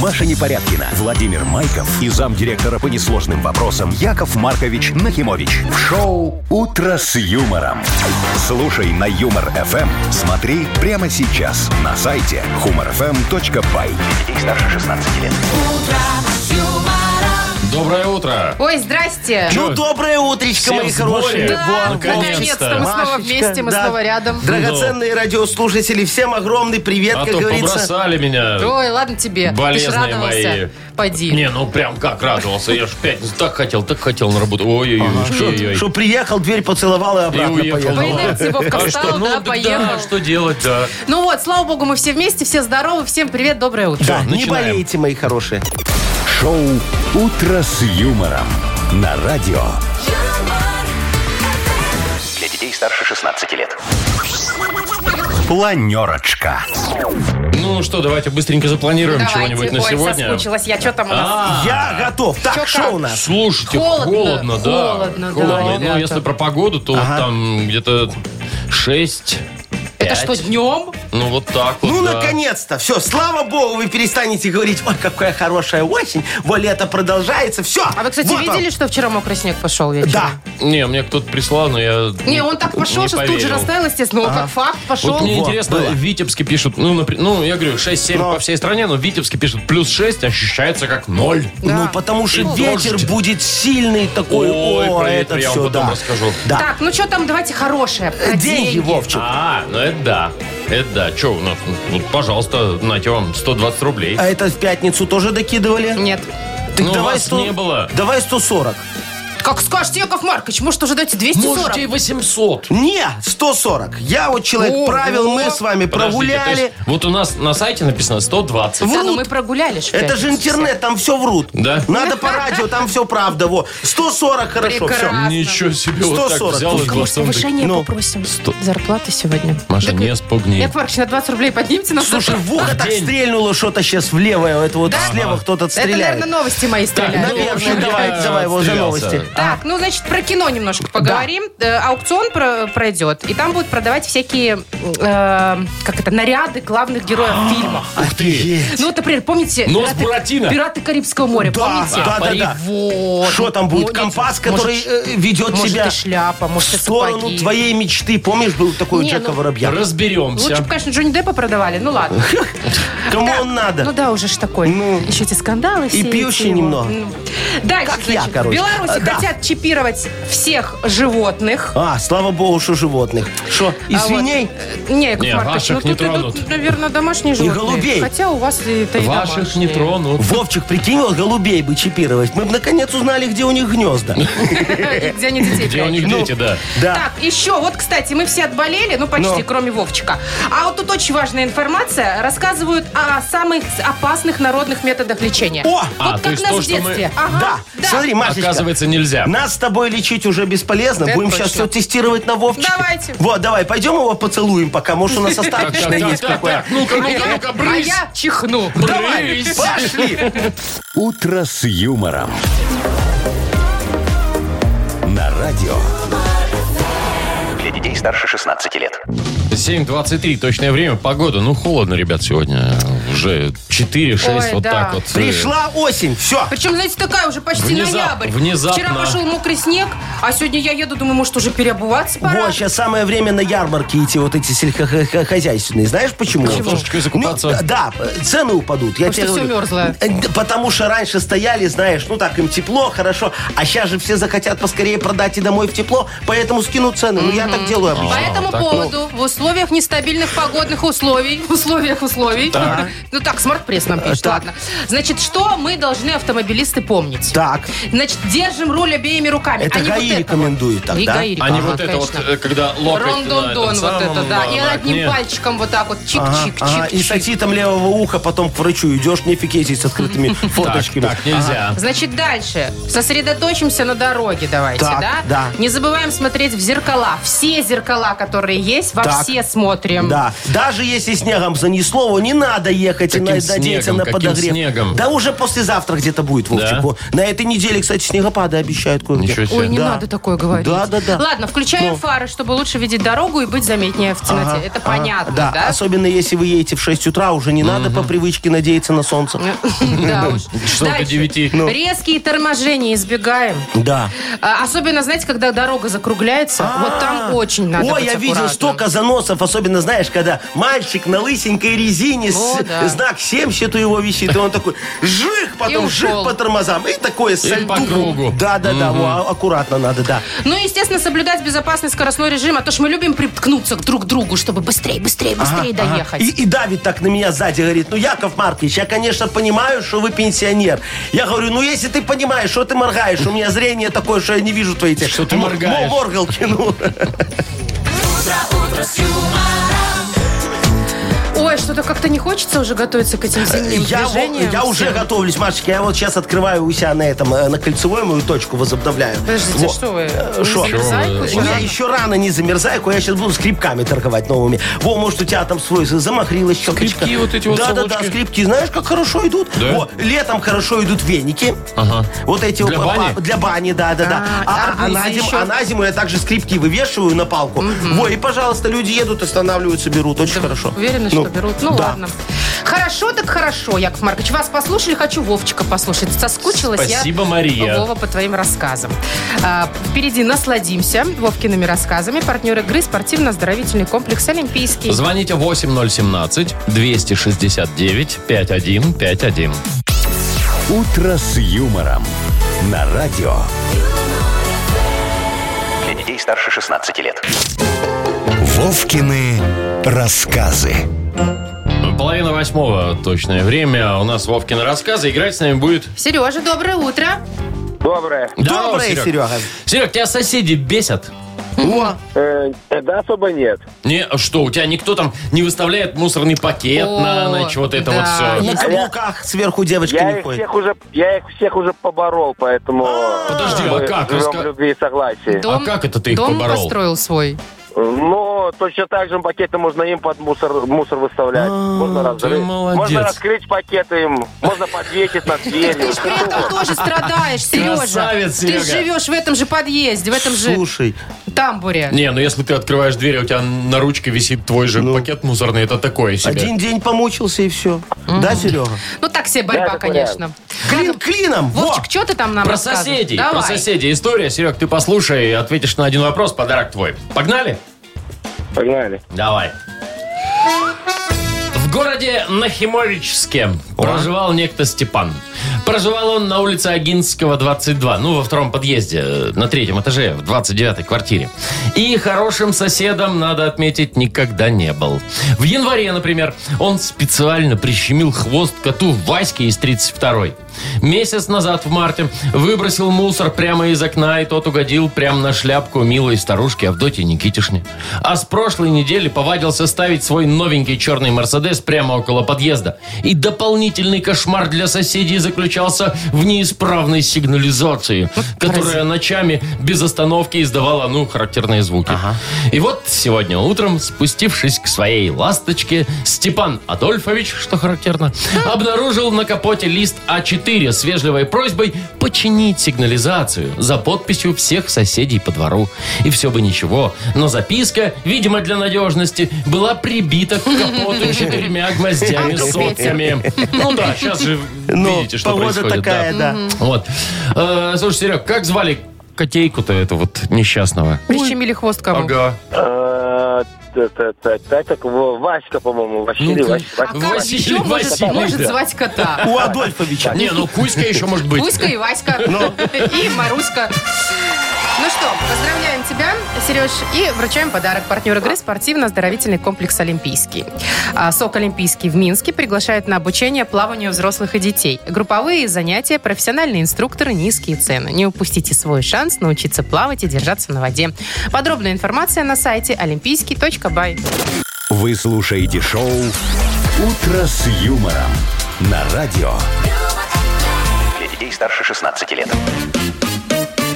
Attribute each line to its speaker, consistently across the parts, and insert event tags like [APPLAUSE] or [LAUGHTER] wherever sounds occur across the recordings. Speaker 1: Маша Непорядкина, Владимир Майков и замдиректора по несложным вопросам Яков Маркович Нахимович. В шоу «Утро с юмором». Слушай на «Юмор-ФМ». Смотри прямо сейчас на сайте humorfm.by. Для детей старше 16 лет.
Speaker 2: Доброе утро.
Speaker 3: Ой, здрасте.
Speaker 2: Чё?
Speaker 4: Ну, доброе утречко,
Speaker 2: Всем
Speaker 4: мои
Speaker 2: в сборе.
Speaker 4: хорошие.
Speaker 2: Да,
Speaker 3: Да,
Speaker 2: наконец-то. Ну.
Speaker 3: наконец-то мы снова
Speaker 4: Машечка,
Speaker 3: вместе, мы
Speaker 4: да.
Speaker 3: снова рядом.
Speaker 4: Драгоценные радиослушатели, всем огромный привет,
Speaker 2: А
Speaker 4: как
Speaker 2: то
Speaker 4: говорится.
Speaker 2: побросали меня.
Speaker 3: Ой, ладно тебе. Ты ж
Speaker 2: Болезные мои.
Speaker 3: радовался. Пойди.
Speaker 2: Не, ну прям как радовался. Я ж в пятницу так хотел, так хотел на работу. Ой-ой-ой. ой-ой-ой.
Speaker 4: Что приехал, дверь поцеловал и
Speaker 2: И
Speaker 4: обратно
Speaker 2: уехал.
Speaker 4: поехал.
Speaker 3: По инерции Вовка
Speaker 2: А
Speaker 3: встал,
Speaker 2: что? Ну,
Speaker 3: да,
Speaker 2: так
Speaker 3: поехал.
Speaker 2: что делать, да.
Speaker 3: Ну вот, слава богу, мы все вместе, все здоровы, всем привет, доброе утро.
Speaker 4: Да, А, не
Speaker 2: начинаем.
Speaker 4: болейте, мои хорошие.
Speaker 1: Шоу «Утро с юмором» на радио. Для детей старше 16 лет. Планерочка.
Speaker 2: Ну что, давайте быстренько запланируем
Speaker 3: Давайте.
Speaker 2: чего-нибудь на
Speaker 3: Ой,
Speaker 2: сегодня.
Speaker 3: соскучилась я, что там у нас?
Speaker 2: А,
Speaker 4: Я готов. Так,
Speaker 3: Чё
Speaker 4: что
Speaker 3: там?
Speaker 4: у нас?
Speaker 2: Слушайте, холодно,
Speaker 3: Холодно,
Speaker 2: да.
Speaker 3: холодно, да,
Speaker 2: Ну,
Speaker 3: ребята.
Speaker 2: если про погоду, то там где-то 6,
Speaker 3: Это
Speaker 2: А,
Speaker 3: что, днем?
Speaker 2: ну вот так вот.
Speaker 4: Ну,
Speaker 2: да.
Speaker 4: наконец-то. Все, слава богу, вы перестанете говорить, ой, какая хорошая осень, во лето продолжается, все.
Speaker 3: А вы, кстати, видели, что вчера мокрый снег пошел
Speaker 4: Да.
Speaker 3: вечером?
Speaker 2: Не, мне кто-то прислал, но я
Speaker 3: Не, он так пошел,
Speaker 2: не
Speaker 3: что тут же
Speaker 2: поверил.
Speaker 3: растаял, естественно. Он как факт пошел.
Speaker 2: Вот мне
Speaker 4: Во,
Speaker 2: интересно,
Speaker 4: было.
Speaker 2: в Витебске пишут, ну, напри- ну, я говорю, 6-7
Speaker 4: Но.
Speaker 2: по всей стране, но в Витебске пишут плюс 6, ощущается как 0.
Speaker 4: Ну,
Speaker 3: Да.
Speaker 4: потому что
Speaker 2: И
Speaker 4: ветер
Speaker 2: дождь.
Speaker 4: будет сильный такой.
Speaker 2: Ой,
Speaker 4: О,
Speaker 2: про это
Speaker 4: это
Speaker 2: я вам
Speaker 4: все,
Speaker 2: потом
Speaker 4: да.
Speaker 2: расскажу.
Speaker 4: Да.
Speaker 3: Так, ну что там, давайте хорошее. про
Speaker 4: деньги, Вовчик.
Speaker 2: А, ну это да. Это да. Че у нас? Ну, пожалуйста, нате вам 120 рублей.
Speaker 4: А это в пятницу тоже докидывали?
Speaker 3: Нет.
Speaker 4: Так
Speaker 2: Ну,
Speaker 4: давай
Speaker 2: вас не было.
Speaker 4: Давай 140.
Speaker 3: Как скажете, Яков Маркович, может, уже дайте 240?
Speaker 2: Можете и 800.
Speaker 4: Не, 140. Я вот человек
Speaker 3: Ого.
Speaker 4: правил, мы с вами
Speaker 2: Подождите, то
Speaker 4: прогуляли.
Speaker 2: есть вот у нас на сайте написано 120.
Speaker 3: Да, ну
Speaker 4: врут.
Speaker 3: мы прогуляли ж в
Speaker 4: Это же
Speaker 3: пятницу все.
Speaker 4: интернет, там все врут.
Speaker 2: Да?
Speaker 4: Надо по радио, там все правда. Во. 140 хорошо, все.
Speaker 3: Прекрасно.
Speaker 2: Ничего себе, вот
Speaker 4: 140.
Speaker 2: так взял и
Speaker 4: Слушай,
Speaker 3: Может,
Speaker 2: голосом.
Speaker 3: повышение
Speaker 4: Ну.
Speaker 3: попросим зарплаты сегодня?
Speaker 2: Маша,
Speaker 3: Так,
Speaker 2: не спугни.
Speaker 3: Яков Маркович, на 20 рублей поднимите нас.
Speaker 4: Слушай, в ухо
Speaker 2: А
Speaker 4: так
Speaker 2: день?
Speaker 4: стрельнуло что-то сейчас в левое. Это вот слева кто-то
Speaker 3: Это,
Speaker 4: стреляет.
Speaker 3: наверное, новости мои
Speaker 2: ну,
Speaker 3: стреляют.
Speaker 2: в общем,
Speaker 4: Наверное, давай,
Speaker 2: я
Speaker 4: давай его за
Speaker 2: отстрелялся.
Speaker 4: новости.
Speaker 3: Так, ну, значит, про кино немножко поговорим. Э, Аукцион про- пройдет, и там будут продавать всякие, э, как это, наряды главных героев
Speaker 4: А,
Speaker 3: фильмов.
Speaker 2: Ух ты.
Speaker 3: Ну, вот, например, помните?
Speaker 2: Нос
Speaker 3: «Пираты-
Speaker 2: Буратино».
Speaker 3: «Пираты Карибского моря»,
Speaker 4: Да,
Speaker 3: помните?
Speaker 4: да, да, да.
Speaker 3: Вот.
Speaker 4: Что там будет?
Speaker 3: Помните?
Speaker 4: Компас, который
Speaker 3: Может,
Speaker 4: э, ведет
Speaker 3: может,
Speaker 4: тебя
Speaker 3: и шляпа,
Speaker 4: в
Speaker 3: может, и
Speaker 4: сторону
Speaker 3: сапоги.
Speaker 4: твоей мечты. Помнишь, был такой у
Speaker 3: Не,
Speaker 4: Джека
Speaker 3: ну,
Speaker 4: Воробья?
Speaker 3: Лучше
Speaker 2: Разберемся.
Speaker 3: бы, конечно, Джонни Деппа продавали, ну
Speaker 4: [LAUGHS]
Speaker 3: ладно.
Speaker 4: Кому
Speaker 3: Да.
Speaker 4: он надо?
Speaker 3: Ну да, уже ж такой.
Speaker 4: Ну.
Speaker 3: Еще эти скандалы все. эти
Speaker 4: пьющий
Speaker 3: его.
Speaker 4: немного.
Speaker 3: Ну. Дальше,
Speaker 4: Как я,
Speaker 3: значит,
Speaker 4: короче.
Speaker 3: в Беларуси
Speaker 4: А, да.
Speaker 3: хотят чипировать всех животных.
Speaker 4: А, слава богу, что животных. Что, и
Speaker 3: А вот,
Speaker 4: свиней?
Speaker 3: э, не, Яков
Speaker 2: Не,
Speaker 3: Маркович,
Speaker 2: ваших
Speaker 3: ну
Speaker 2: не
Speaker 3: тут идут,
Speaker 2: тронут.
Speaker 3: наверное, домашние животные.
Speaker 4: голубей.
Speaker 3: Хотя у вас это и
Speaker 2: Ваших не
Speaker 3: домашние.
Speaker 2: тронут.
Speaker 4: Вовчик, прикинь, вот голубей бы чипировать. Мы бы наконец узнали, где у них гнезда.
Speaker 3: И Э, Где они детей
Speaker 2: Где у них
Speaker 3: прячут.
Speaker 4: Ну,
Speaker 2: дети, да.
Speaker 4: Да.
Speaker 3: Так, еще, вот, кстати, мы все отболели, ну, почти,
Speaker 4: Ну.
Speaker 3: кроме Вовчика. А вот тут очень важная информация. Рассказывают о самых опасных народных методах лечения.
Speaker 4: О!
Speaker 2: А, то
Speaker 3: вот как
Speaker 2: есть
Speaker 3: нас
Speaker 2: то,
Speaker 3: в
Speaker 2: что мы-
Speaker 3: детстве. Ага,
Speaker 4: Да, смотри, Машечка.
Speaker 2: Оказывается, нельзя.
Speaker 4: Нас с тобой лечить уже бесполезно.
Speaker 3: Это
Speaker 4: Будем
Speaker 3: точно.
Speaker 4: сейчас все тестировать на Вовчике.
Speaker 3: Давайте.
Speaker 4: Вот, давай, пойдем его поцелуем пока. Может, у нас
Speaker 2: Так, так,
Speaker 4: остаточное
Speaker 2: так,
Speaker 4: есть
Speaker 2: так,
Speaker 4: какое.
Speaker 2: так. Ну-ка,
Speaker 3: А
Speaker 2: ну-ка,
Speaker 3: я-
Speaker 2: ну-ка,
Speaker 3: а
Speaker 2: брысь.
Speaker 3: я чихну.
Speaker 2: Давай,
Speaker 4: Пошли.
Speaker 1: «Утро с юмором». На радио.
Speaker 5: Для детей старше 16 лет.
Speaker 2: 7.23, точное время, погода. Ну, холодно, ребят, сегня. Уже 4-6,
Speaker 3: Ой,
Speaker 2: вот
Speaker 3: да.
Speaker 2: так вот. э,
Speaker 4: Пришла осень. Все.
Speaker 3: Причем, знаете, такая уже почти
Speaker 2: Внезап-
Speaker 3: ноябрь.
Speaker 2: внезапно.
Speaker 3: Вчера пошел мокрый снег, а сегодня я еду, думаю, может, уже переобуваться пора.
Speaker 4: Вот, сейчас самое время на ярмарке идти, вот эти сельскохозяйственные. Знаешь почему?
Speaker 2: Почему? Картошечкой закупаться.
Speaker 4: Ну, да, да, э, цены упадут. Я
Speaker 3: Потому
Speaker 4: тебе
Speaker 3: что всё
Speaker 4: говорю.
Speaker 3: мёрзлое.
Speaker 4: Э, да, Потому что раньше стояли, знаешь, ну так, им тепло, хорошо. А сейчас же все захотят поскорее продать и домой в тепло, поэтому скинут цены. Ну, я А, так делаю
Speaker 3: По
Speaker 4: обычно.
Speaker 3: этому
Speaker 2: так, ну.
Speaker 3: поводу в условиях нестабильных погодных условий, условиях условий, [LAUGHS] ну так, смарт-пресс нам пишет,
Speaker 4: Так.
Speaker 3: ладно. Значит, что мы должны, автомобилисты, помнить?
Speaker 4: Так.
Speaker 3: Значит, держим руль обеими руками.
Speaker 4: Это
Speaker 3: а не вот
Speaker 4: ГАИ
Speaker 3: вот.
Speaker 4: рекомендует так,
Speaker 3: И
Speaker 4: да?
Speaker 3: ГАИ
Speaker 2: А не вот это
Speaker 3: рекомендует,
Speaker 2: вот,
Speaker 3: конечно.
Speaker 2: э, когда локоть...
Speaker 4: э,
Speaker 2: на
Speaker 3: Рондондон,
Speaker 2: этом
Speaker 3: вот это,
Speaker 2: самым,
Speaker 3: да. И
Speaker 2: э,
Speaker 3: одним
Speaker 2: окне.
Speaker 3: пальчиком вот так вот
Speaker 4: Ага, ага, и с
Speaker 3: чик-чик-чик-чик.
Speaker 4: отитом левого уха потом к врачу идешь, не фикетить с открытыми
Speaker 2: Так,
Speaker 4: форточками.
Speaker 2: так, нельзя.
Speaker 3: Значит, дальше. Сосредоточимся на дороге давайте,
Speaker 4: Так,
Speaker 3: да?
Speaker 4: да.
Speaker 3: Не забываем смотреть в зеркала. Все зеркала, которые есть, во
Speaker 4: Так.
Speaker 3: все смотрим.
Speaker 4: Да, даже если снегом занесло, его не надо ехать и
Speaker 2: Каким
Speaker 4: на- надеяться
Speaker 2: снегом,
Speaker 4: на
Speaker 2: каким
Speaker 4: подогрев.
Speaker 2: снегом?
Speaker 4: Да уже послезавтра где-то будет, Вовчик.
Speaker 2: Да?
Speaker 4: Во. На этой неделе, кстати, снегопады обещают кое-где.
Speaker 2: Ничего себе.
Speaker 3: Ой, не
Speaker 4: Да.
Speaker 3: надо такое говорить.
Speaker 4: Да, да, да.
Speaker 3: Ладно, включаем фары, чтобы лучше видеть дорогу и быть заметнее в темноте. Это
Speaker 4: Ага,
Speaker 3: понятно,
Speaker 4: да, А
Speaker 3: да?
Speaker 4: особенно если вы едете в 6 утра, уже не надо по привычке надеяться на солнце.
Speaker 3: [LAUGHS] Ну. Да
Speaker 4: [LAUGHS]
Speaker 3: уж.
Speaker 2: Часов до
Speaker 3: Дальше.
Speaker 2: девяти.
Speaker 4: Ну.
Speaker 3: Резкие торможения избегаем.
Speaker 4: Да.
Speaker 3: А, Особенно, знаете, когда дорога закругляется, вот там очень надо
Speaker 4: А. Ой,
Speaker 3: быть
Speaker 4: я видел
Speaker 3: аккуратным.
Speaker 4: столько заносов, особенно, знаешь, когда мальчик на лысенькой резине с-
Speaker 3: О, да.
Speaker 4: знак 70 у его висит, и он такой жих, потом
Speaker 3: ушел.
Speaker 4: жих по тормозам, и такое со
Speaker 2: И по
Speaker 4: льду.
Speaker 2: кругу.
Speaker 4: Да, да, да, во, аккуратно надо, да.
Speaker 3: Ну, и, естественно, соблюдать безопасный скоростной режим, а то что мы любим приткнуться друг к другу, чтобы быстрее, быстрее, быстрее доехать.
Speaker 4: И, и Давид так на меня сзади говорит, ну, Яков Маркович, я, конечно, понимаю, что вы пенсионер. Я говорю, ну, если ты понимаешь, что ты моргаешь, у меня зрение такое, что я не вижу твои... те-
Speaker 2: Что ты
Speaker 4: м-
Speaker 2: моргаешь.
Speaker 4: м- Моргалки, ну.
Speaker 3: Ой, что-то как-то не хочется уже готовиться к этим зимним
Speaker 4: Я, во-
Speaker 3: движениям.
Speaker 4: я уже
Speaker 3: всем.
Speaker 4: готовлюсь, Машечка. Я вот сейчас открываю у себя на этом, э, на кольцевой мою точку возобновляю.
Speaker 3: Подождите,
Speaker 4: Во.
Speaker 3: что вы? а-
Speaker 4: Э, шо?
Speaker 3: на замерзайку
Speaker 4: У
Speaker 3: еще
Speaker 4: меня
Speaker 3: рано?
Speaker 4: еще рано не замерзайку, я сейчас буду скрипками торговать новыми. Во, может, у тебя там свой замахрилась щелкочка.
Speaker 2: Скрипки вот эти вот
Speaker 4: Да, да, да,
Speaker 2: совочки.
Speaker 4: скрипки. Знаешь, как хорошо идут?
Speaker 2: Да?
Speaker 4: Во, летом хорошо идут веники.
Speaker 2: Ага.
Speaker 4: Вот эти
Speaker 2: Для
Speaker 4: вот,
Speaker 2: бани?
Speaker 4: а, для бани, да, да, да.
Speaker 3: А,
Speaker 4: А,
Speaker 3: а
Speaker 4: а на
Speaker 3: арбузы
Speaker 4: зиму,
Speaker 3: еще?
Speaker 4: а на зиму я также скрипки вывешиваю на палку. Во, и, пожалуйста, люди едут, останавливаются, берут. Очень хорошо.
Speaker 3: Уверена,
Speaker 4: Ну,
Speaker 3: что берут. Ну
Speaker 4: да.
Speaker 3: ладно. Хорошо, так хорошо, Яков Маркович. Вас послушали, хочу Вовчика послушать. Соскучилась
Speaker 2: Спасибо,
Speaker 3: я.
Speaker 2: Мария.
Speaker 3: Вова, по твоим рассказам. А, впереди насладимся Вовкиными рассказами. Партнер игры спортивно-оздоровительный комплекс Олимпийский.
Speaker 2: Звоните 8017-269-5151.
Speaker 1: «Утро с юмором» на радио.
Speaker 5: Для детей старше 16 лет.
Speaker 1: Вовкины рассказы.
Speaker 2: Половина восьмого точное время. У нас Вовкин рассказы. Играть с нами будет...
Speaker 3: Сережа, доброе утро.
Speaker 6: Доброе.
Speaker 2: Здорово,
Speaker 4: Доброе, Серега.
Speaker 2: Серег, тебя соседи бесят?
Speaker 4: Во.
Speaker 6: Э, да, особо нет.
Speaker 2: Не, а что, у тебя никто там не выставляет мусорный пакет
Speaker 3: О,
Speaker 2: на ночь, вот это вот
Speaker 3: да.
Speaker 2: все.
Speaker 4: На каблуках сверху девочка
Speaker 6: Я
Speaker 4: не
Speaker 6: их,
Speaker 4: ходит.
Speaker 6: всех уже, я их всех уже поборол, поэтому...
Speaker 2: Подожди, а
Speaker 6: мы
Speaker 2: как?
Speaker 6: Живем
Speaker 2: Раска-
Speaker 6: в любви и согласии.
Speaker 2: А как это ты их
Speaker 3: дом
Speaker 2: поборол?
Speaker 3: построил свой.
Speaker 6: Но точно так же пакеты можно им под мусор, мусор выставлять. можно разрыть.
Speaker 2: А, молодец.
Speaker 6: Можно раскрыть пакеты им. Можно подвесить на
Speaker 3: Так
Speaker 2: [LAUGHS]
Speaker 3: ты
Speaker 6: дверью.
Speaker 3: ж при этом тоже страдаешь, Сережа.
Speaker 2: Красавец,
Speaker 3: ты
Speaker 2: Серега.
Speaker 3: ж живешь в этом же подъезде, в этом же
Speaker 4: Слушай,
Speaker 3: тамбуре.
Speaker 2: Не, ну если ты открываешь дверь, а у тебя на ручке висит твой же пакет мусорный, это такое себе.
Speaker 4: один день помучился и все. Да, Серега?
Speaker 3: Ну так себе борьба,
Speaker 6: это понятно.
Speaker 3: конечно.
Speaker 4: Клин клином. во.
Speaker 3: Вовчик, что ты там нам
Speaker 2: Про
Speaker 3: рассказываешь?
Speaker 2: соседей,
Speaker 3: Давай.
Speaker 2: про соседей. История, Серег, ты послушай, ответишь на один вопрос, подарок твой. Погнали?
Speaker 6: Погнали.
Speaker 2: Давай. В городе Нахимовичске проживал некто Степан. Проживал он на улице Агинского, 22, ну, во втором подъезде, э, на третьем этаже, в 29-й квартире. И хорошим соседом, надо отметить, никогда не был. В январе, например, он специально прищемил хвост коту Ваське из 32-й. Месяц назад, в марте, выбросил мусор прямо из окна, и тот угодил прямо на шляпку милой старушки Авдотьи Никитишне. А с прошлой недели повадился ставить свой новенький черный «Мерседес» прямо около подъезда. И дополнительный кошмар для соседей заключался в неисправной сигнализации, которая ночами без остановки издавала, ну, характерные звуки. И вот сегодня утром, спустившись к своей ласточке, Степан Адольфович, что характерно, обнаружил на капоте лист А4 с вежливой просьбой починить сигнализацию за подписью всех соседей по двору. И все бы ничего, но записка, видимо, для надежности, была прибита к
Speaker 4: [LAUGHS]
Speaker 2: капоту четырьмя гвоздями с сотками. Ну да, сейчас же
Speaker 4: Ну,
Speaker 2: видите, что
Speaker 4: погода
Speaker 2: происходит. да.
Speaker 4: такая, да.
Speaker 2: Вот. Э, Слушай, Серег, как звали котейку-то это вот несчастного?
Speaker 3: Прищемили хвост кому.
Speaker 2: Ага.
Speaker 6: Э, та- та- та- та- так, во- Васька, по-моему. Василий,
Speaker 2: Ну-ка.
Speaker 6: Вась-
Speaker 3: А
Speaker 6: Вась-
Speaker 3: как
Speaker 2: Василий,
Speaker 3: еще может,
Speaker 2: Василий,
Speaker 3: может
Speaker 2: да.
Speaker 3: звать кота?
Speaker 4: У Адольфовича.
Speaker 2: Не, ну Кузька еще может быть.
Speaker 3: Кузька и Васька. И Маруська. Ну что, поздравляем тебя, Сереж, и вручаем подарок. Партнер игры спортивно-оздоровительный комплекс «Олимпийский». А, СОК «Олимпийский» в Минске приглашает на обучение плаванию взрослых и детей. Групповые занятия, профессиональные инструкторы, низкие цены. Не упустите свой шанс научиться плавать и держаться на воде. Подробная информация на сайте олимпийский.бай.
Speaker 1: Вы слушаете шоу «Утро с юмором» на радио.
Speaker 5: Для детей старше 16 лет.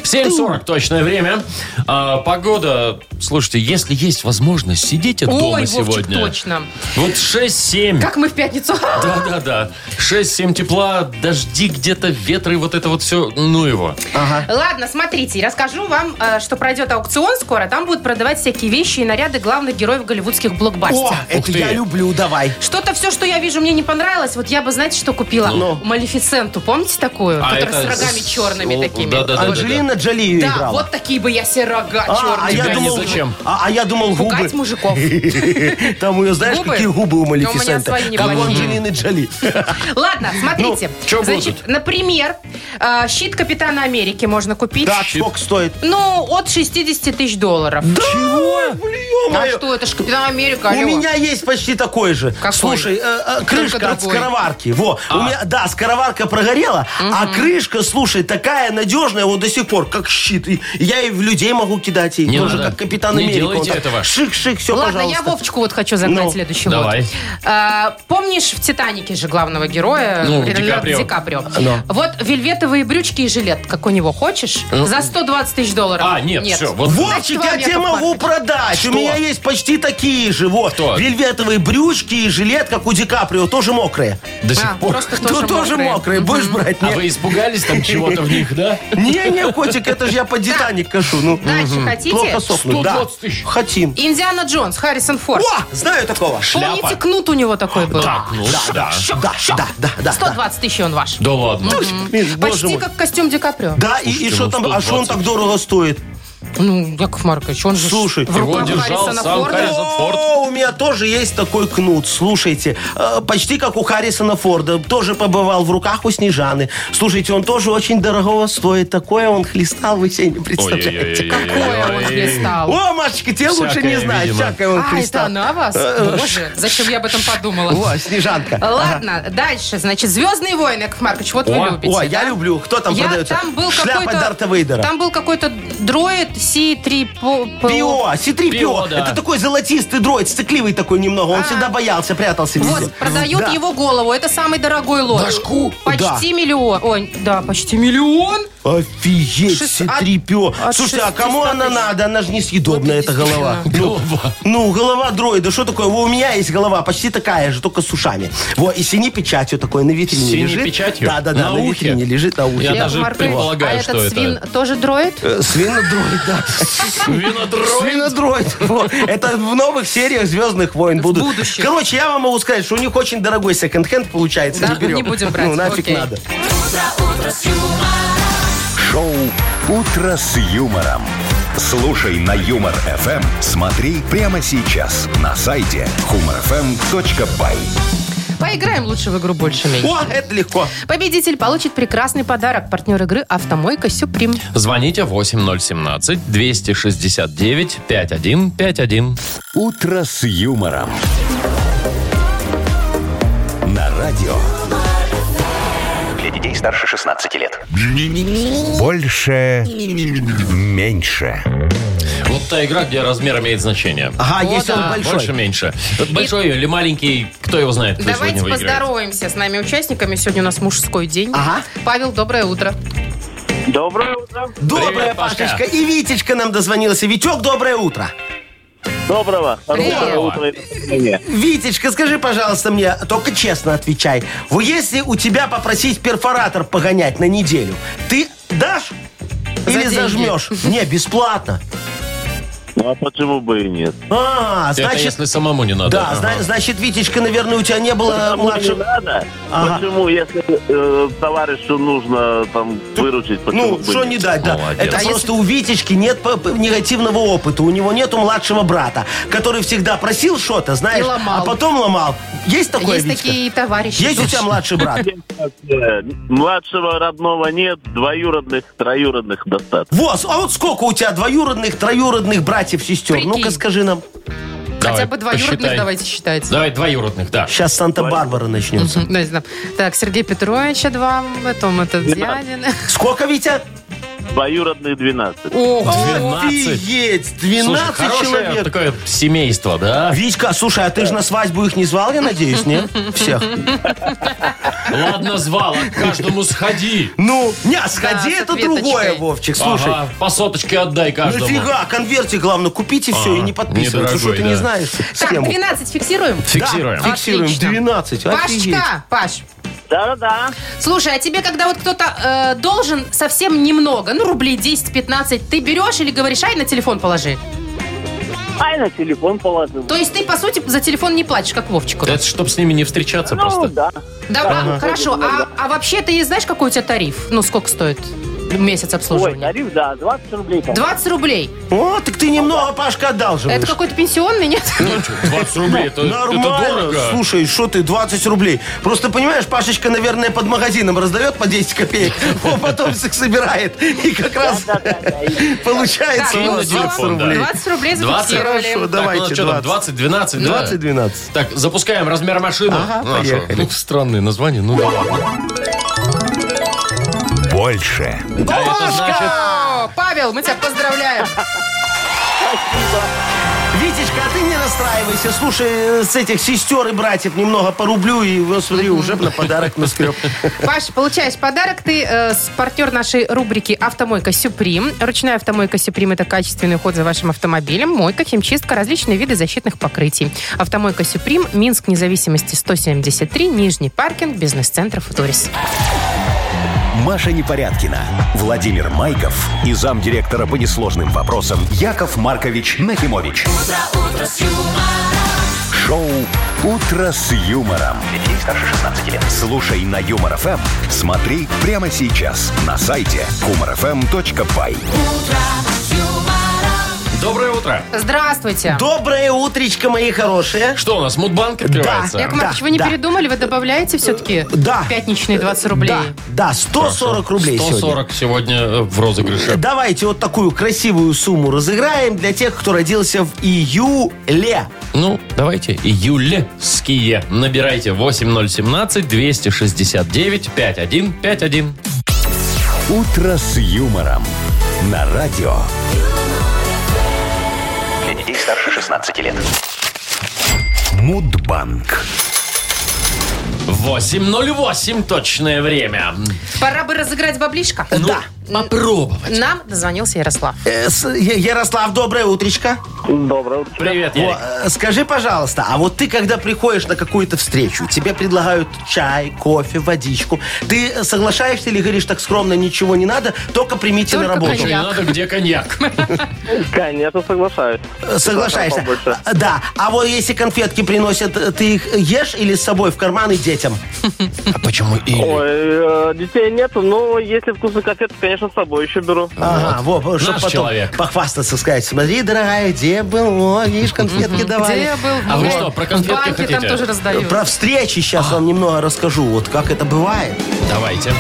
Speaker 2: 7.40 точное время. А, погода, слушайте, если есть возможность, сидите дома
Speaker 3: Ой, Вовчик,
Speaker 2: сегодня.
Speaker 3: точно.
Speaker 2: Вот 6-7.
Speaker 3: Как мы в пятницу.
Speaker 2: Да-да-да. 6-7 тепла, дожди где-то, ветры, вот это вот все, ну его.
Speaker 3: Ладно, смотрите, расскажу вам, э, что пройдет аукцион скоро. Там будут продавать всякие вещи и наряды главных героев голливудских блокбастеров.
Speaker 4: О, это
Speaker 2: ты.
Speaker 4: я люблю, давай.
Speaker 3: Что-то все, что я вижу, мне не понравилось. Вот я бы, знаете, что купила?
Speaker 4: Ну.
Speaker 3: Малефисенту, помните такую?
Speaker 2: А
Speaker 3: Которая с
Speaker 2: это
Speaker 3: рогами
Speaker 2: с-
Speaker 3: черными
Speaker 2: о,
Speaker 3: такими.
Speaker 2: да-да-да.
Speaker 4: Анджелина Джоли ее
Speaker 3: Да,
Speaker 4: играла.
Speaker 3: вот такие бы я себе рога
Speaker 4: А, а
Speaker 3: черные.
Speaker 4: я
Speaker 2: Тебя не
Speaker 4: думал,
Speaker 2: зачем.
Speaker 4: а, а я думал
Speaker 3: Пугать
Speaker 4: губы.
Speaker 3: мужиков.
Speaker 4: [LAUGHS] Там ее, знаешь,
Speaker 3: Губы?
Speaker 4: какие губы у
Speaker 3: Да у меня
Speaker 4: Малефисента.
Speaker 3: свои
Speaker 4: Как у
Speaker 3: неплохие.
Speaker 4: Анджелины
Speaker 2: [LAUGHS]
Speaker 4: Джоли.
Speaker 3: Ладно, смотрите.
Speaker 2: Ну, чё
Speaker 3: Значит,
Speaker 2: будут?
Speaker 3: например, э, щит Капитана Америки можно купить.
Speaker 4: Так, сколько стоит?
Speaker 3: Ну, от 60 тысяч долларов.
Speaker 4: Чего? Блин,
Speaker 3: А
Speaker 4: моё.
Speaker 3: что, это ж Капитан Америка,
Speaker 4: У
Speaker 3: алло.
Speaker 4: меня есть почти такой же.
Speaker 3: Какой?
Speaker 4: Слушай, э, э, крышка от
Speaker 3: другой.
Speaker 4: скороварки. Во, у меня, да, скороварка прогорела, а крышка, слушай, такая надежная, вот до сих пор, как щит. И я и в людей могу кидать ей.
Speaker 2: Не
Speaker 4: Тоже
Speaker 2: надо.
Speaker 4: как капитан
Speaker 2: Не
Speaker 4: Америка.
Speaker 2: делайте
Speaker 4: Он так
Speaker 2: этого.
Speaker 4: Шик-шик, все,
Speaker 3: Ладно,
Speaker 4: пожалуйста.
Speaker 3: я Вовчику вот хочу загнать
Speaker 4: Ну,
Speaker 3: следующий
Speaker 2: давай.
Speaker 3: год. А, помнишь в «Титанике» же главного героя
Speaker 2: Ну,
Speaker 3: Леонардо
Speaker 2: Ди Каприо.
Speaker 3: Ди Каприо?
Speaker 4: Ну.
Speaker 3: Вот вельветовые брючки и жилет, как у него, хочешь?
Speaker 4: Ну.
Speaker 3: За 120 тысяч долларов.
Speaker 2: А, нет, все, вот
Speaker 3: Значит,
Speaker 4: Вовчик,
Speaker 3: вам
Speaker 4: я тебе
Speaker 3: Яков
Speaker 4: могу
Speaker 3: Маркович.
Speaker 4: продать. У меня есть почти такие же. Вот.
Speaker 2: Что?
Speaker 4: Вельветовые брючки и жилет, как у Ди Каприо, тоже мокрые.
Speaker 2: До сих
Speaker 3: А,
Speaker 2: пор.
Speaker 3: просто
Speaker 4: Ну,
Speaker 3: тоже, мокрые.
Speaker 4: Будешь брать?
Speaker 2: А вы испугались там чего-то в них, да?
Speaker 4: Не-не, котик, это же я под Титаник кашу. Ну,
Speaker 3: Дальше хотите?
Speaker 4: плохо сохнут. Да,
Speaker 2: 120 тысяч.
Speaker 4: хотим.
Speaker 3: Индиана Джонс, Харрисон Форд.
Speaker 4: О, знаю такого.
Speaker 3: Помните, кнут у него такой был?
Speaker 2: ну
Speaker 4: Да, да, да, да, да.
Speaker 3: 120 тысяч он ваш.
Speaker 2: Да ладно.
Speaker 3: Ну,
Speaker 4: Блин, боже
Speaker 3: Почти
Speaker 4: мой.
Speaker 3: как костюм Ди Каприо.
Speaker 4: Да, и- и
Speaker 2: Слушайте,
Speaker 4: что
Speaker 2: ну,
Speaker 4: там, а что он
Speaker 2: 120?
Speaker 4: так дорого стоит?
Speaker 3: Ну, Яков Маркович, он же
Speaker 4: Слушай,
Speaker 3: в
Speaker 2: его
Speaker 3: руках
Speaker 2: держал
Speaker 3: Харрисона
Speaker 2: сам
Speaker 3: Форда.
Speaker 2: Харрисон. Форд.
Speaker 4: О, у меня тоже есть такой кнут, слушайте. Э, Почти как у Харрисона Форда. Тоже побывал в руках у Снежаны. Слушайте, он тоже очень дорогого стоит. Такое он хлестал, вы себе не представляете.
Speaker 3: Какое он блистал.
Speaker 4: О, Машечка, тебе лучше
Speaker 2: Всякое,
Speaker 4: не знать.
Speaker 2: видимо.
Speaker 4: Всякое он
Speaker 3: А, это
Speaker 4: хлестал.
Speaker 3: она вас?
Speaker 4: э,
Speaker 3: Боже, зачем я об этом подумала?
Speaker 4: О, Снежанка.
Speaker 3: Ладно, дальше, значит, «Звездные войны», Яков Маркович, вот вы
Speaker 2: О,
Speaker 3: любите.
Speaker 4: О, я
Speaker 3: да?
Speaker 4: люблю. Кто там
Speaker 3: Я-
Speaker 4: продается?
Speaker 3: там был
Speaker 4: Шляпа
Speaker 3: какой-то...
Speaker 4: Дарта Вейдера.
Speaker 3: Там был какой-то дроид C3PO.
Speaker 4: Пио, C3PO.
Speaker 2: Пио, да.
Speaker 4: Это такой золотистый дроид, стыкливый такой немного. Он всегда боялся, прятался везде.
Speaker 3: А. Вот, продают
Speaker 4: Да.
Speaker 3: его голову. Это самый дорогой лот.
Speaker 4: Башку?
Speaker 3: Почти миллион. Ой, да, почти миллион.
Speaker 4: Офигеть,
Speaker 3: Шест-
Speaker 4: C3PO.
Speaker 3: от- от
Speaker 4: Слушайте, а
Speaker 3: 600
Speaker 4: кому она
Speaker 3: тысяч.
Speaker 4: надо? Она же несъедобная,
Speaker 3: Вот
Speaker 4: эта голова.
Speaker 2: Голова.
Speaker 4: Ну, голова дроида, что такое? Во, У меня есть голова почти такая же, только с ушами. Во, и синей печатью такой на витрине
Speaker 2: Синей
Speaker 4: лежит.
Speaker 2: печатью?
Speaker 4: Да, да, да,
Speaker 2: На
Speaker 4: на,
Speaker 2: ухе?
Speaker 4: витрине лежит на ухе.
Speaker 2: Я
Speaker 3: Яков
Speaker 2: даже
Speaker 3: Маркович,
Speaker 2: предполагаю,
Speaker 3: а
Speaker 2: что
Speaker 3: этот
Speaker 2: это.
Speaker 3: свин тоже дроид?
Speaker 4: Э, Свинодроид, да.
Speaker 2: Винодроид.
Speaker 4: Свинодроид. [LAUGHS] Во, Это в новых сериях Звездных войн будут.
Speaker 3: будущих.
Speaker 4: Короче, я вам могу сказать, что у них очень дорогой секонд-хенд получается.
Speaker 3: Да,
Speaker 4: не берем.
Speaker 3: не будем брать,
Speaker 4: Ну, нафиг
Speaker 3: окей.
Speaker 4: надо.
Speaker 1: Шоу «Утро с юмором». Слушай на Юмор ФМ. Смотри прямо сейчас на сайте humorfm.by.
Speaker 3: Поиграем лучше в игру больше меньше.
Speaker 4: О, это легко.
Speaker 3: Победитель получит прекрасный подарок. Партнер игры «Автомойка Сюприм».
Speaker 2: Звоните 8017-269-5151.
Speaker 1: «Утро с юмором». На радио
Speaker 5: Для детей старше 16 лет.
Speaker 1: «Больше, меньше».
Speaker 2: Вот та игра, где размер имеет значение.
Speaker 4: Ага, если он
Speaker 3: да.
Speaker 4: большой.
Speaker 2: Больше-меньше. Большой или маленький, кто его знает, кто
Speaker 3: Давайте
Speaker 2: сегодня выиграет.
Speaker 3: поздороваемся с нами участниками. Сегодня у нас мужской день.
Speaker 4: Ага.
Speaker 3: Павел, доброе утро.
Speaker 6: Доброе утро.
Speaker 4: Доброе,
Speaker 2: Привет, Пашка.
Speaker 4: Пашечка. И Витечка нам дозвонился. Витек, доброе утро.
Speaker 6: Доброго.
Speaker 3: Привет.
Speaker 6: Доброе утро. и настроения.
Speaker 4: Витечка, скажи, пожалуйста, мне, только честно отвечай. Вот если у тебя попросить перфоратор погонять на неделю, ты дашь или
Speaker 2: [LAUGHS]
Speaker 3: деньги.
Speaker 4: зажмешь? Не, бесплатно.
Speaker 6: Ну а почему бы и нет?
Speaker 4: А,
Speaker 2: Это
Speaker 4: значит...
Speaker 2: если самому не надо.
Speaker 4: Да,
Speaker 2: Ага.
Speaker 4: зна- значит, Витечка, наверное, у тебя не было
Speaker 6: Почему не
Speaker 4: младшего...
Speaker 6: надо?
Speaker 4: Э, Ага.
Speaker 6: Почему, если э, товарищу нужно там выручить, почему
Speaker 4: Ну,
Speaker 6: бы
Speaker 4: что не
Speaker 6: нет?
Speaker 4: дать, да.
Speaker 2: Молодец.
Speaker 4: Это
Speaker 2: А
Speaker 4: просто у Витечки нет п- п- негативного опыта. У него нету младшего брата, который всегда просил что-то, знаешь,
Speaker 3: ломал.
Speaker 4: а потом ломал. Есть такое,
Speaker 3: Есть
Speaker 4: Витечка?
Speaker 3: такие товарищи.
Speaker 4: Есть у тебя
Speaker 3: [LAUGHS]
Speaker 4: младший брат?
Speaker 6: Э, Младшего родного нет, двоюродных, троюродных достаточно.
Speaker 4: Вот, а вот сколько у тебя двоюродных, троюродных братьев, сестер?
Speaker 3: Прикинь.
Speaker 4: Ну-ка скажи нам.
Speaker 2: Давай,
Speaker 3: Хотя бы двоюродных
Speaker 2: посчитай.
Speaker 3: давайте считать.
Speaker 2: Давай двоюродных, да.
Speaker 4: Сейчас Санта-Барбара начнется.
Speaker 3: Мгм,
Speaker 4: [LAUGHS]
Speaker 3: да, не знаю. Так, Сергей Петровича два, потом этот дядин.
Speaker 4: Сколько, Витя?
Speaker 7: Двоюродные 12.
Speaker 3: Ого.
Speaker 2: 12.
Speaker 4: Офигеть,
Speaker 2: Слушай,
Speaker 4: 12
Speaker 2: хорошее
Speaker 4: человек.
Speaker 2: такое семейство, да?
Speaker 4: Витька, слушай, а ты же на свадьбу их не звал, я надеюсь, не?
Speaker 3: [LAUGHS]
Speaker 4: Всех.
Speaker 2: Ладно, звал, а к каждому сходи.
Speaker 4: Ну, не,
Speaker 3: Да, с
Speaker 4: сходи, это
Speaker 3: ответочкой.
Speaker 4: другое, Вовчик, слушай.
Speaker 2: Ага, по соточке отдай каждому. А,
Speaker 4: Нафига, конвертик, главное, купите все и не подписывайте,
Speaker 2: недорогой,
Speaker 4: что ты
Speaker 2: да.
Speaker 4: не знаешь
Speaker 3: Так,
Speaker 4: схему.
Speaker 3: 12 фиксируем.
Speaker 2: Фиксируем.
Speaker 4: Да, фиксируем,
Speaker 3: Отлично.
Speaker 4: 12, офигеть.
Speaker 3: Пашечка, Паш,
Speaker 7: Да-да-да.
Speaker 3: слушай, а тебе, когда вот кто-то э, должен совсем немного, ну, рублей 10-15, ты берешь или говоришь, ай, на телефон положи?
Speaker 6: А
Speaker 7: Ай, на телефон положил.
Speaker 3: То есть ты, по сути, за телефон не платишь, как Вовчику.
Speaker 4: Э,
Speaker 2: Это чтоб с ними не встречаться
Speaker 7: Ну,
Speaker 2: просто.
Speaker 7: да.
Speaker 3: Да, а, хорошо. А, а вообще ты знаешь, какой у тебя тариф? Ну, сколько стоит месяц
Speaker 7: Ой, а-
Speaker 3: обслуживания?
Speaker 7: тариф, да, 20 рублей. там.
Speaker 3: 20 рублей.
Speaker 4: О, так ты немного, Пашка, одалживаешь.
Speaker 3: Это какой-то пенсионный, нет?
Speaker 2: 20 рублей, это, это
Speaker 4: Нормально.
Speaker 2: дорого.
Speaker 4: Слушай, что ты, 20 рублей. Просто понимаешь, Пашечка, наверное, под магазином раздает по 10 копеек, [LAUGHS] он потом всех собирает. И как раз получается
Speaker 2: Так,
Speaker 4: у вас
Speaker 2: кинь на
Speaker 4: 20
Speaker 2: телефон, да.
Speaker 4: рублей.
Speaker 3: 20 ну рублей
Speaker 2: 20.
Speaker 4: Хорошо,
Speaker 3: зафиксировали.
Speaker 2: Так, ну у нас
Speaker 4: давайте
Speaker 2: что там,
Speaker 4: 20.
Speaker 2: 20, 12,
Speaker 4: 20, 12.
Speaker 2: Так, запускаем размер машины.
Speaker 4: Ага,
Speaker 2: а что?
Speaker 4: поехали.
Speaker 2: Ну, странные названия, ну да.
Speaker 1: Больше.
Speaker 2: Да, А это значит...
Speaker 3: О, Павел, мы тебя
Speaker 4: [LAUGHS]
Speaker 3: поздравляем.
Speaker 4: Витечка, а ты не расстраивайся. Слушай, э, с этих сестер и братьев немного порублю, и вот смотри, уже на подарок наскреб.
Speaker 3: Паш, получаешь подарок. Ты э, с- партнер нашей рубрики «Автомойка Сюприм». Ручная автомойка Сюприм – это качественный уход за вашим автомобилем, мойка, химчистка, различные виды защитных покрытий. Автомойка Сюприм, Минск, независимости 173, Нижний паркинг, бизнес-центр «Футурис».
Speaker 1: Маша Непорядкина, Владимир Майков и замдиректора по несложным вопросам Яков Маркович Нахимович. Шоу Утро с юмором. Детей старше 16 лет. Слушай на юмор ФМ. Смотри прямо сейчас на сайте humorfm.by.
Speaker 2: Доброе утро.
Speaker 3: Здравствуйте.
Speaker 4: Доброе утречко, мои хорошие.
Speaker 2: Что у нас, Мудбанк открывается?
Speaker 3: Яков Маркович, вы не
Speaker 4: да.
Speaker 3: передумали? Вы добавляете все-таки
Speaker 4: Да.
Speaker 3: пятничные 20 рублей?
Speaker 4: Да, да, 140 рублей сегодня.
Speaker 2: 140 сегодня э, в розыгрыше.
Speaker 4: Давайте вот такую красивую сумму разыграем для тех, кто родился в июле.
Speaker 2: Ну, давайте, июльские. Набирайте 8017-269-5151.
Speaker 1: Утро с юмором. На радио.
Speaker 5: Для детей старше 16 лет.
Speaker 1: Мудбанк.
Speaker 2: 8.08 точное время.
Speaker 3: Пора бы разыграть баблишка.
Speaker 4: да.
Speaker 2: Попробовать.
Speaker 3: Нам дозвонился Ярослав.
Speaker 4: Э, с- Я- Ярослав, доброе утречко.
Speaker 7: Доброе утро.
Speaker 2: Привет, Ярик.
Speaker 4: О, э, Скажи, пожалуйста, а вот ты, когда приходишь на какую-то встречу, тебе предлагают чай, кофе, водичку, ты соглашаешься или говоришь так скромно, ничего не надо, только примите
Speaker 3: Только
Speaker 4: на работу?
Speaker 2: Что не
Speaker 3: коньяк.
Speaker 2: надо, где коньяк?
Speaker 7: Конечно, соглашаюсь.
Speaker 4: Э, Соглашаешься?
Speaker 7: Побольше.
Speaker 4: А, Да. А вот если конфетки приносят, э, ты их ешь или с собой в карман и детям?
Speaker 2: А почему и?
Speaker 7: Ой, э, детей нету, но если вкусный конфет, то, конечно, с собой еще беру.
Speaker 4: Ага, вот, чтобы
Speaker 2: Наш
Speaker 4: потом
Speaker 2: человек.
Speaker 4: похвастаться, сказать, смотри, дорогая, где был, О, видишь, конфетки
Speaker 3: Где
Speaker 4: давали.
Speaker 3: я был?
Speaker 2: А вы
Speaker 3: Вот.
Speaker 2: что, про конфетки
Speaker 3: В банке
Speaker 2: хотите?
Speaker 3: там тоже раздают.
Speaker 4: Про встречи сейчас вам немного расскажу, вот как это бывает.
Speaker 2: Давайте.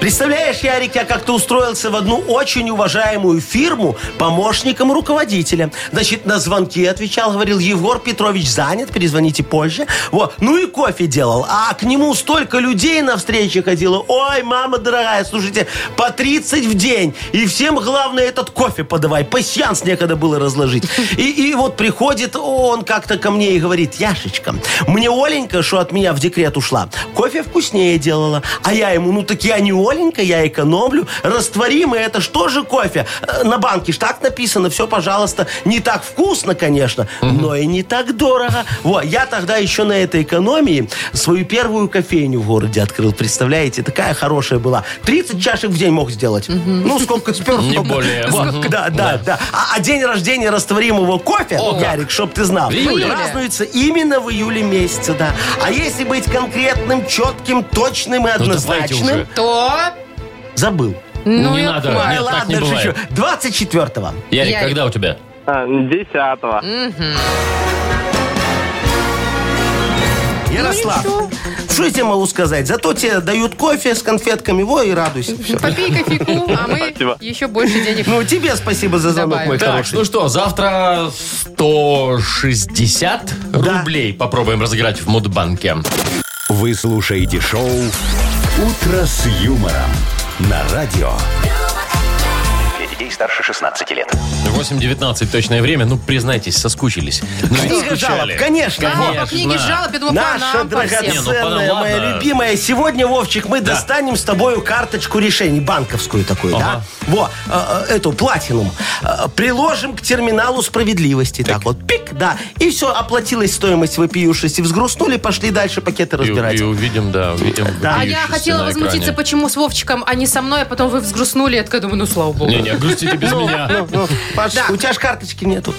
Speaker 4: Представляешь, Ярик, я как-то устроился в одну очень уважаемую фирму помощником руководителя. Значит, на звонки отвечал, говорил, Егор Петрович занят, перезвоните позже. Вот. Ну и кофе делал. А к нему столько людей на встрече ходило. Ой, мама дорогая, слушайте, по 30 в день. И всем главное этот кофе подавай. Пасьянс некогда было разложить. И, и вот приходит он как-то ко мне и говорит, Яшечка, мне Оленька, что от меня в декрет ушла, кофе вкуснее делала. А я ему, ну так я не Оленька, я экономлю. Растворимый, это что же кофе? Э, На банке ж так написано, все, пожалуйста. Не так вкусно, конечно, но и не так дорого. Во, я тогда еще на этой экономии свою первую кофейню в городе открыл, представляете? Такая хорошая была. 30 чашек в день мог сделать. Ну, сколько спер.
Speaker 2: Не
Speaker 4: сколько-
Speaker 2: более.
Speaker 4: Во,
Speaker 2: Мгм. [LAUGHS]
Speaker 4: Да, да, да. А а день рождения растворимого кофе, Ярик, чтоб ты знал,
Speaker 2: В июле.
Speaker 4: А празднуется именно в июле месяце, да. А если быть конкретным, четким, точным и
Speaker 2: Ну, давайте
Speaker 4: однозначным,
Speaker 2: уже.
Speaker 3: То...
Speaker 4: забыл.
Speaker 3: Ну,
Speaker 2: Не
Speaker 3: я
Speaker 2: надо,
Speaker 3: поняла.
Speaker 2: нет, так не бывает.
Speaker 4: шучу. 24-го.
Speaker 2: Ярик,
Speaker 3: Ярик.
Speaker 2: когда у тебя?
Speaker 7: А, 10-го.
Speaker 4: Ярослав, Что я тебе могу сказать? Зато тебе дают кофе с конфетками, во, и радуйся. Всё.
Speaker 3: Попей кофейку, а мы еще больше денег.
Speaker 4: Ну, тебе спасибо за звонок, мой
Speaker 3: Добавим.
Speaker 2: Так,
Speaker 4: хороший.
Speaker 2: ну что, завтра 160 рублей попробуем разыграть в Мудбанке.
Speaker 1: Вы слушаете шоу «Утро с юмором» на радио.
Speaker 5: Для детей старше 16 лет.
Speaker 2: 8.19 точное время. Ну, признайтесь, соскучились. Ну, ведь
Speaker 4: Книга жалоб,
Speaker 2: скучали.
Speaker 4: конечно.
Speaker 3: Кому
Speaker 2: Конечно.
Speaker 3: по книге жалоб, я думаю, по
Speaker 4: Наша
Speaker 3: нам, по всем.
Speaker 2: Не, ну, по нам,
Speaker 4: драгоценная, моя
Speaker 2: ладно.
Speaker 4: любимая. Сегодня, Вовчик, мы достанем с тобою карточку решений, банковскую такую,
Speaker 2: Ага.
Speaker 4: да? Во, э, э, эту, платинум. Э, Приложим к терминалу справедливости. Так, вот, пик, да. И все, оплатилась стоимость вопиюшести. Взгрустнули, пошли дальше пакеты
Speaker 2: И,
Speaker 4: разбирать.
Speaker 2: и увидим, да, увидим.
Speaker 4: Да.
Speaker 3: А
Speaker 2: вопиющийся
Speaker 3: я хотела
Speaker 2: на
Speaker 3: возмутиться,
Speaker 2: экране.
Speaker 3: почему с Вовчиком, а не со мной, а потом вы взгрустнули. Я такая думаю, ну слава богу.
Speaker 2: Не-не, грустите без меня.
Speaker 4: Ну, ну, Паш, у тебя ж карточки нету.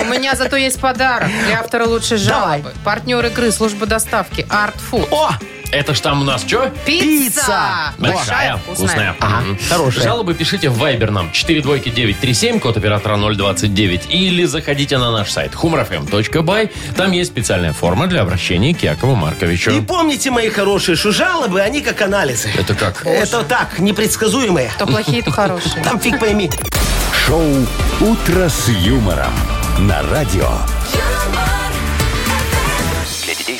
Speaker 3: У меня зато есть подарок для автора лучшей
Speaker 4: Давай.
Speaker 3: жалобы. Партнер игры, служба доставки, Art Food.
Speaker 4: О,
Speaker 2: Это ж там у нас что?
Speaker 3: Пицца!
Speaker 4: Пицца!
Speaker 2: Большая, вкусная. Мгм.
Speaker 4: хорошая.
Speaker 2: Жалобы пишите в Viber нам 42937, код оператора 029. Или заходите на наш сайт humorfm.by. Там есть специальная форма для обращения к Якову
Speaker 4: И
Speaker 2: Марковичу.
Speaker 4: помните, мои хорошие, что жалобы, они как анализы.
Speaker 2: Это как?
Speaker 4: Это так, непредсказуемые.
Speaker 3: То плохие, то хорошие.
Speaker 4: Там фиг пойми.
Speaker 1: Шоу «Утро с юмором» на радио.
Speaker 8: юмор,
Speaker 5: Для детей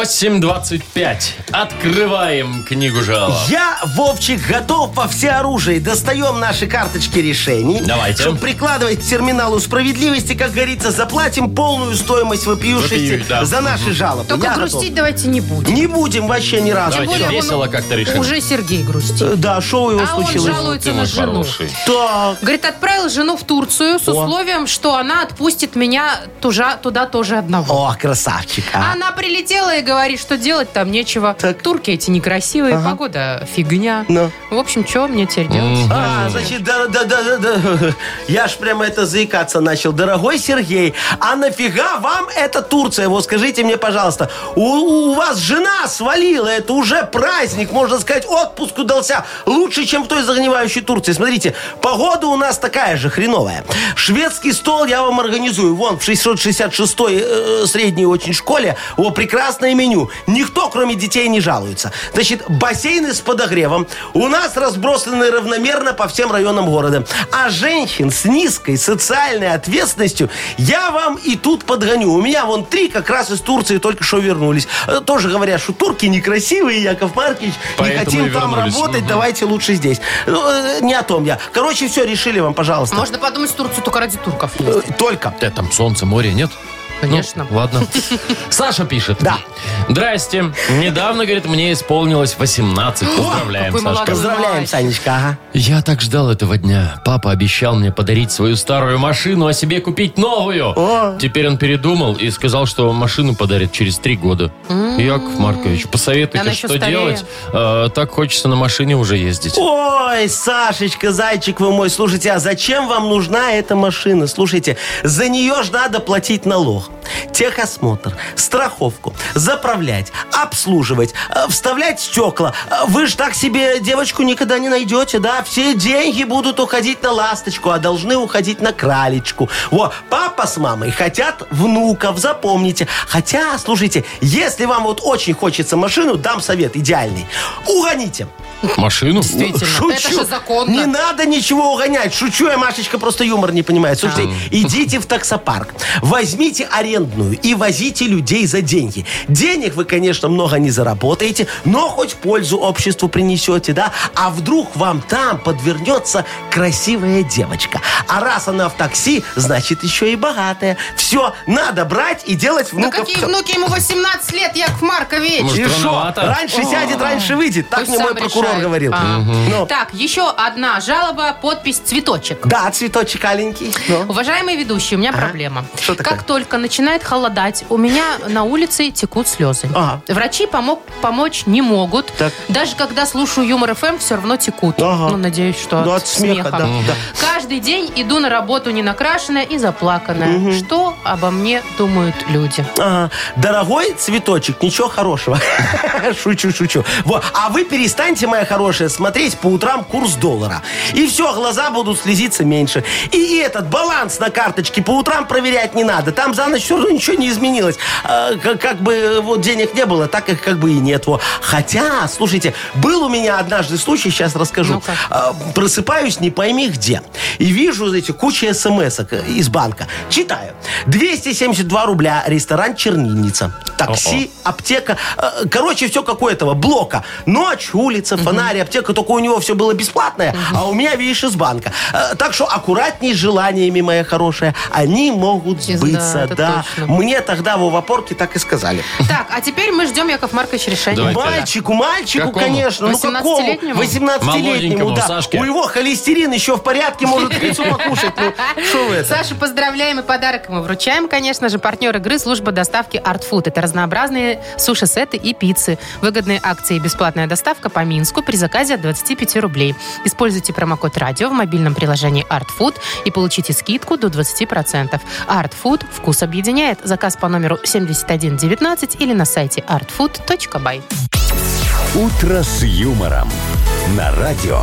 Speaker 2: 8.25. Открываем книгу жалоб.
Speaker 4: Я, Вовчик, готов во всеоружии. Достаем наши карточки решений.
Speaker 2: Давайте.
Speaker 4: Чтобы прикладывать к терминалу справедливости, как говорится, заплатим полную стоимость вопиюшести
Speaker 2: Вопию, да.
Speaker 4: за наши жалобы.
Speaker 3: Только
Speaker 4: Я
Speaker 3: грустить
Speaker 4: готов.
Speaker 3: давайте не будем.
Speaker 4: Не будем вообще ни разу.
Speaker 2: Давайте
Speaker 3: более он-
Speaker 2: весело как-то решим.
Speaker 3: Уже Сергей грустит.
Speaker 4: Э, Да, шо у его
Speaker 3: А он
Speaker 4: случилось?
Speaker 3: жалуется
Speaker 2: Ты
Speaker 3: на
Speaker 2: мой
Speaker 3: жену.
Speaker 2: хороший.
Speaker 4: Так.
Speaker 3: Говорит, отправил жену в Турцию с условием, что она отпустит меня тужа- туда тоже одного.
Speaker 4: О, красавчик. а.
Speaker 3: Она прилетела и говорит, что делать там нечего.
Speaker 4: Так.
Speaker 3: Турки эти некрасивые, погода фигня.
Speaker 4: Ну.
Speaker 3: В общем, что мне теперь делать?
Speaker 4: А, значит, да, да, да, да, да. Я ж прямо это заикаться начал. Дорогой Сергей, а нафига вам эта Турция? Вот скажите мне, пожалуйста, у, у вас жена свалила, это уже праздник, можно сказать, отпуск удался лучше, чем в той загнивающей Турции. Смотрите, погода у нас такая же хреновая. Шведский стол я вам организую. Вон, в 666-й э, средней очень школе, о, прекрасное меню. Никто, кроме детей, не жалуется. Значит, бассейны с подогревом у нас разбросаны равномерно по всем районам города. А женщин с низкой социальной ответственностью я вам и тут подгоню. У меня вон три как раз из Турции только что вернулись. Э, Тоже говорят, что турки некрасивые, Яков Маркович, не
Speaker 2: Поэтому и
Speaker 4: хотим там
Speaker 2: вернулись.
Speaker 4: работать,
Speaker 2: Мгм.
Speaker 4: давайте лучше здесь. Ну, э, не о том я. Короче, все, решили вам, пожалуйста.
Speaker 3: Можно подумать, в Турцию только ради турков.
Speaker 4: Э, Только.
Speaker 2: Да, там солнце, море, нет?
Speaker 3: Конечно.
Speaker 2: Ну,
Speaker 3: [LAUGHS]
Speaker 2: ладно. Саша пишет.
Speaker 4: Да.
Speaker 2: Здрасте. Недавно, говорит, мне исполнилось 18. Поздравляем,
Speaker 3: какой
Speaker 2: Сашка.
Speaker 3: молодой.
Speaker 4: Поздравляем, Санечка. Ага.
Speaker 2: Я так ждал этого дня. Папа обещал мне подарить свою старую машину, а себе купить новую. Теперь он передумал и сказал, что машину подарит через три года. Яков Маркович,
Speaker 3: Она
Speaker 2: посоветуйте,
Speaker 3: еще
Speaker 2: что
Speaker 3: старее.
Speaker 2: делать. Э, так хочется на машине уже ездить.
Speaker 4: Ой, Сашечка, зайчик вы мой, слушайте, а зачем вам нужна эта машина? Слушайте, за нее же надо платить налог, техосмотр, страховку, заправлять, обслуживать, э, вставлять стекла. Э, Вы же так себе девочку никогда не найдете, да? Все деньги будут уходить на ласточку, а должны уходить на кралечку. Во, папа с мамой хотят внуков, запомните. Хотя, слушайте, если вам вот очень хочется машину, дам совет идеальный. Угоните.
Speaker 2: Машину?
Speaker 3: Действительно, это же законно.
Speaker 4: Не надо ничего угонять. Шучу я, Машечка, просто юмор не понимает. Слушайте, идите в таксопарк, возьмите арендную и возите людей за деньги. Денег вы, конечно, много не заработаете, но хоть пользу обществу принесете, да? А вдруг вам там подвернется красивая девочка. А раз она в такси, значит, еще и богатая. Все, надо брать и делать
Speaker 3: Да
Speaker 4: внуков.
Speaker 3: какие внуки, ему 18 лет, Яков Маркович.
Speaker 2: Может,
Speaker 4: И шо?
Speaker 2: рановато?
Speaker 4: Раньше сядет, раньше выйдет. Так
Speaker 3: Пусть
Speaker 4: мне мой
Speaker 3: сам
Speaker 4: прокурор
Speaker 3: решает.
Speaker 4: говорил.
Speaker 3: А.
Speaker 4: Ну.
Speaker 3: Так, еще одна жалоба, подпись «Цветочек».
Speaker 4: Да, цветочек аленький. Ну.
Speaker 3: Уважаемый ведущий, у меня проблема.
Speaker 4: Что такое?
Speaker 3: Как только начинает холодать, у меня на улице текут слезы.
Speaker 4: Ага.
Speaker 3: Врачи помог, помочь не могут. Даже когда слушаю Юмор ФМ, все равно текут.
Speaker 4: Ага.
Speaker 3: Ну, надеюсь, что
Speaker 4: Ну,
Speaker 3: от, смеха.
Speaker 4: да, да.
Speaker 3: Каждый день иду на работу не накрашенная и заплаканная. Что обо мне думают
Speaker 4: [LAUGHS]
Speaker 3: люди?
Speaker 4: Ага. Дорогой цветочек, ничего хорошего. [LAUGHS] Шучу, шучу. Во. А вы перестаньте, моя хорошая, смотреть по утрам курс доллара. И все, глаза будут слезиться меньше. И этот баланс на карточке по утрам проверять не надо. Там за ночь все равно ничего не изменилось. А, как, как бы вот денег не было, так их как бы и нет. Во. Хотя, слушайте, был у меня однажды случай, сейчас расскажу.
Speaker 3: Ну-ка.
Speaker 4: А, просыпаюсь не пойми где. И вижу, знаете, кучу смс из банка. Читаю. 272 рубля, ресторан «Чернильница». Такси, аптека. э, Короче, все как у этого, блока. Ночь, улица, фонарь, аптека. Только у него все было бесплатное, а у меня, видишь, из банка. Э, Так что аккуратней с желаниями, моя хорошая. Они могут
Speaker 3: Да,
Speaker 4: сбыться,
Speaker 3: это
Speaker 4: да.
Speaker 3: точно.
Speaker 4: Мне тогда в Вапорке так и сказали.
Speaker 3: Так, а теперь мы ждем, Яков Маркович, решения.
Speaker 2: Давайте.
Speaker 4: Мальчику, мальчику,
Speaker 2: Какому?
Speaker 4: конечно. Ну какому?
Speaker 3: 18-летнему?
Speaker 4: 18-летнему,
Speaker 2: Молоденькому,
Speaker 4: да.
Speaker 2: Сашке.
Speaker 4: У его холестерин еще в
Speaker 2: [LAUGHS]
Speaker 4: порядке, может пиццу покушать. Ну, что вы это?
Speaker 3: Саша, поздравляем и подарок ему вручаем, конечно же. Партнер игры – служба доставки Art Food. Это разнообразные суши-сеты и пиццы. Выгодные акции и бесплатная доставка по Минску при заказе от 25 рублей. Используйте промокод «Радио» в мобильном приложении Art Food и получите скидку до 20%. Art Food – вкус объединяет. Заказ по номеру 7119 или на сайте artfood.by.
Speaker 1: «Утро с юмором» на радио.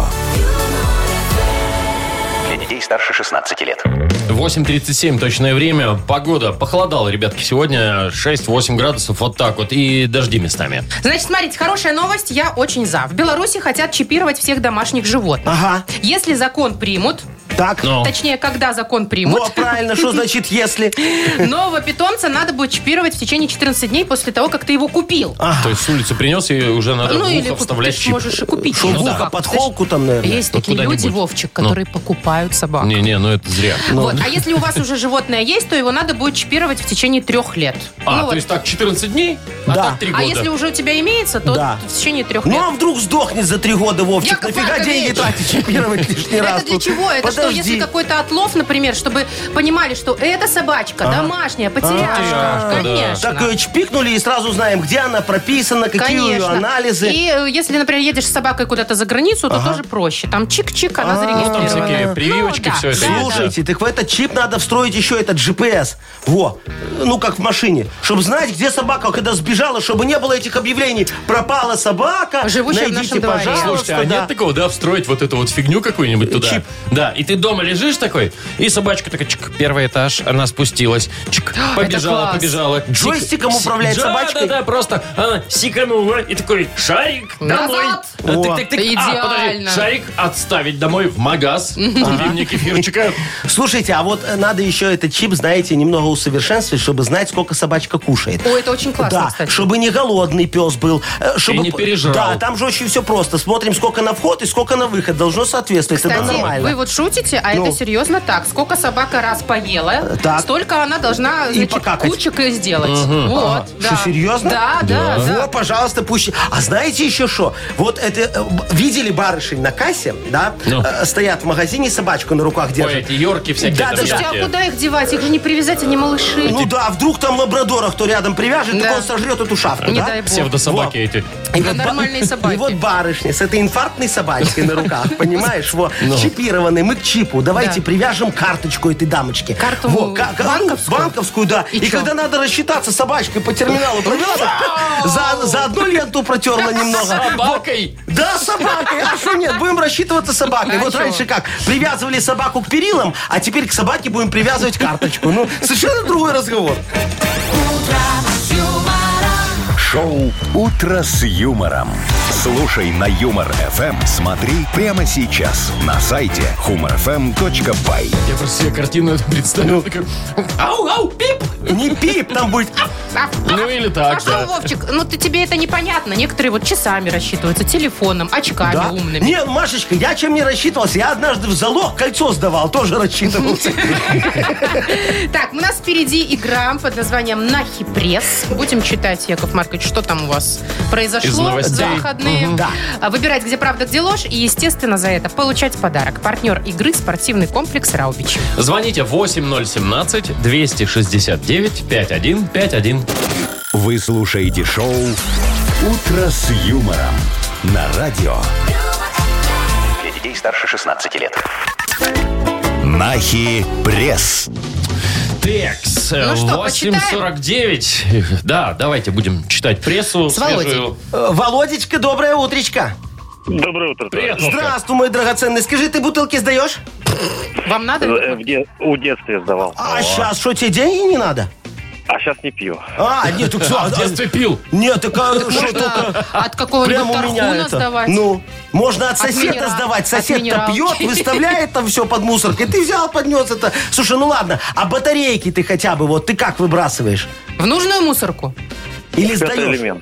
Speaker 5: Для детей старше 16 лет.
Speaker 2: 8.37 точное время. Погода похолодала, ребятки, сегодня 6-8 градусов, вот так вот. И дожди местами.
Speaker 3: Значит, смотрите, хорошая новость, я очень за. В Беларуси хотят чипировать всех домашних животных.
Speaker 4: Ага,
Speaker 3: Если закон примут,
Speaker 4: так.
Speaker 2: Ну,
Speaker 3: Точнее, когда закон примут,
Speaker 4: Ну, правильно, что значит если?
Speaker 3: нового питомца надо будет чипировать в течение 14 дней после того, как ты его купил.
Speaker 4: А,
Speaker 2: то есть с улицы принес и уже надо в
Speaker 3: ну
Speaker 2: ухо
Speaker 3: или куп- ты
Speaker 2: вставлять
Speaker 3: ж
Speaker 2: чип.
Speaker 3: можешь и купить.
Speaker 4: Что,
Speaker 3: ну
Speaker 4: в
Speaker 3: да.
Speaker 4: ухо под холку там, наверное? Ну,
Speaker 3: Есть такие
Speaker 2: куда-нибудь.
Speaker 3: люди, Вовчик, которые покупают собак.
Speaker 2: Не-не, ну это зря.
Speaker 3: Вот. А если у вас уже животное есть, то его надо будет чипировать в течение трех лет.
Speaker 2: А,
Speaker 3: Ну
Speaker 2: то
Speaker 3: вот.
Speaker 2: есть так 14 дней, а
Speaker 4: Да.
Speaker 2: так 3
Speaker 3: А
Speaker 2: года.
Speaker 3: если уже у тебя имеется, то
Speaker 4: Да.
Speaker 3: в течение трех лет.
Speaker 4: Ну, а вдруг сдохнет за три года, Вовчик?
Speaker 3: Яков
Speaker 4: Нафига
Speaker 3: Маркович!
Speaker 4: деньги тратить, чипировать лишний раз?
Speaker 3: Это для
Speaker 4: тут?
Speaker 3: чего? Это что,
Speaker 4: Подожди.
Speaker 3: если какой-то отлов, например, чтобы понимали, что эта собачка домашняя, потеряшка.
Speaker 2: Потеряшка, да.
Speaker 3: Конечно.
Speaker 4: Так ее чпикнули и сразу знаем, где она прописана, какие у нее
Speaker 3: Конечно.
Speaker 4: анализы.
Speaker 3: И э, если, например, едешь с собакой куда-то за границу, то тоже проще. Там чик-чик,
Speaker 4: А, ну,
Speaker 3: она
Speaker 2: Там
Speaker 3: зарегистрирована.
Speaker 2: всякие прививочки,
Speaker 3: Ну, да.
Speaker 2: все это есть, да.
Speaker 4: Слушайте, так в этот чип надо встроить еще этот GPS. Во, ну как в машине. Чтобы знать, где собака, когда сбежала, чтобы не было этих объявлений. Пропала собака,
Speaker 3: Живущая в
Speaker 4: найдите,
Speaker 3: нашем дворе.
Speaker 4: пожалуйста.
Speaker 2: Слушайте, а
Speaker 4: да.
Speaker 2: нет такого, да, встроить вот эту вот фигню какую-нибудь туда?
Speaker 4: Чип.
Speaker 2: Да, и ты дома лежишь такой, и собачка такая, чик, первый этаж, она спустилась, чик, побежала,
Speaker 3: класс.
Speaker 2: побежала. чик,
Speaker 4: Джойстиком
Speaker 2: си-
Speaker 4: управляет
Speaker 2: да,
Speaker 4: собачкой?
Speaker 2: Да, да, просто она сиканула, и такой, шарик, домой.
Speaker 3: Назад!
Speaker 2: А, тык, тык, тык,
Speaker 3: Идеально.
Speaker 2: А, подожди, шарик отставить домой в магаз, купи мне кефирчика.
Speaker 4: Слушайте, а вот э, надо еще этот чип, знаете, немного усовершенствовать, чтобы знать, сколько собачка кушает.
Speaker 3: О, это очень классно,
Speaker 4: да,
Speaker 3: кстати.
Speaker 4: чтобы не голодный пес был. э, Чтобы...
Speaker 2: не пережрал.
Speaker 4: Да, там же очень все просто. Смотрим, сколько на вход и сколько на выход. Должно соответствовать. Это
Speaker 3: Кстати,
Speaker 4: нормально.
Speaker 3: вы вот шутите, а
Speaker 4: Ну. Э,
Speaker 3: это серьезно так. Сколько собака раз поела,
Speaker 4: так.
Speaker 3: столько она должна значит,
Speaker 4: покакать.
Speaker 3: кучек и сделать. Вот, да.
Speaker 4: Что, серьезно?
Speaker 3: Да, да, да.
Speaker 4: Во, пожалуйста, пусть. А знаете еще что? Вот это... э, б- Видели барышень на кассе, да?
Speaker 2: Ну.
Speaker 4: Э, Стоят в магазине, собачку на руках
Speaker 2: Ой,
Speaker 4: держат.
Speaker 2: эти Йорки всякие.
Speaker 4: Да,
Speaker 2: там
Speaker 4: да,
Speaker 3: Слушайте, а
Speaker 2: всякие.
Speaker 3: куда их девать? Их же не привязать, они малыши.
Speaker 4: Ну да, вдруг там лабрадора кто рядом привяжет,
Speaker 3: Да.
Speaker 4: так он сожрет эту шапку,
Speaker 3: Не
Speaker 4: да?
Speaker 3: дай бог.
Speaker 2: Псевдособаки эти.
Speaker 4: И
Speaker 3: Да
Speaker 4: ба-
Speaker 3: нормальные собаки.
Speaker 4: [LAUGHS] И вот барышня с этой инфарктной собачкой на
Speaker 3: [LAUGHS]
Speaker 4: руках, понимаешь? Вот,
Speaker 2: Ну.
Speaker 4: чипированный, мы к чипу. Давайте
Speaker 3: Да.
Speaker 4: привяжем карточку этой дамочки.
Speaker 3: Карту
Speaker 4: Во, ка- ка- ну,
Speaker 3: банковскую?
Speaker 4: Банковскую, да.
Speaker 3: И
Speaker 4: И,
Speaker 3: чё?
Speaker 4: когда надо рассчитаться собачкой по
Speaker 3: [LAUGHS]
Speaker 4: терминалу, провела, так, [LAUGHS] за, за одну ленту протерла немного.
Speaker 2: А, Собакой.
Speaker 4: Да, собакой. А что нет? Будем рассчитываться собакой.
Speaker 3: А
Speaker 4: вот
Speaker 3: чё?
Speaker 4: раньше как? Привязывали собаку к перилам, а теперь к собаке будем привязывать карточку. Ну, совершенно другой разговор.
Speaker 1: Шоу «Утро с юмором». Слушай на Юмор ФМ. Смотри прямо сейчас на сайте humorfm.by.
Speaker 2: Я просто себе картину [LAUGHS] эту представил. такой, Ау, ау, пип.
Speaker 4: Не пип, там будет...
Speaker 3: А,
Speaker 2: Ну или так,
Speaker 3: а что,
Speaker 2: да.
Speaker 3: Вовчик, ну ты, тебе это непонятно. Некоторые вот часами рассчитываются, телефоном, очками
Speaker 4: Да?
Speaker 3: умными.
Speaker 4: Не, Машечка, я чем не рассчитывался. Я однажды в залог кольцо сдавал, тоже рассчитывался.
Speaker 3: Так, у нас впереди игра под названием «Нахи пресс». Будем читать, Яков Маркович, рассказывать, что там у вас
Speaker 2: Из
Speaker 3: произошло
Speaker 2: новостей.
Speaker 3: за выходные. А, Выбирать, где правда, где ложь. И, естественно, за это получать подарок. Партнер игры «Спортивный комплекс Раубич».
Speaker 2: Звоните 8017-269-5151.
Speaker 1: Вы слушаете шоу «Утро с юмором» на радио.
Speaker 5: Для детей старше 16 лет.
Speaker 1: Нахи пресс.
Speaker 2: Текс
Speaker 3: Ну что,
Speaker 2: 8.49. Да, давайте будем читать прессу.
Speaker 3: С Володей.
Speaker 2: свежую.
Speaker 4: Э, Володечка, доброе утречко.
Speaker 7: Доброе утро.
Speaker 2: Привет, Вовка.
Speaker 4: Здравствуй, мой драгоценный. Скажи, ты бутылки сдаешь?
Speaker 3: Вам надо?
Speaker 7: Э, в де- У детства я сдавал.
Speaker 4: А сейчас что, тебе деньги не надо?
Speaker 7: А сейчас не пью.
Speaker 4: А, нет, так
Speaker 2: А в детстве пил.
Speaker 4: Нет, так
Speaker 2: [LAUGHS]
Speaker 4: а что только...
Speaker 3: Можно от какого-нибудь
Speaker 4: Прямо у меня
Speaker 3: тархуна
Speaker 4: это.
Speaker 3: сдавать.
Speaker 4: Ну, можно от
Speaker 3: От
Speaker 4: соседа
Speaker 3: А минерал-
Speaker 4: сдавать.
Speaker 3: от
Speaker 4: Сосед-то
Speaker 3: минералки.
Speaker 4: пьет, выставляет там все под мусоркой. Ты взял, поднес это. Слушай, ну ладно, а батарейки ты хотя бы вот ты как выбрасываешь?
Speaker 3: В нужную мусорку?
Speaker 4: Или
Speaker 7: Пятый
Speaker 4: сдаешь?
Speaker 7: элемент.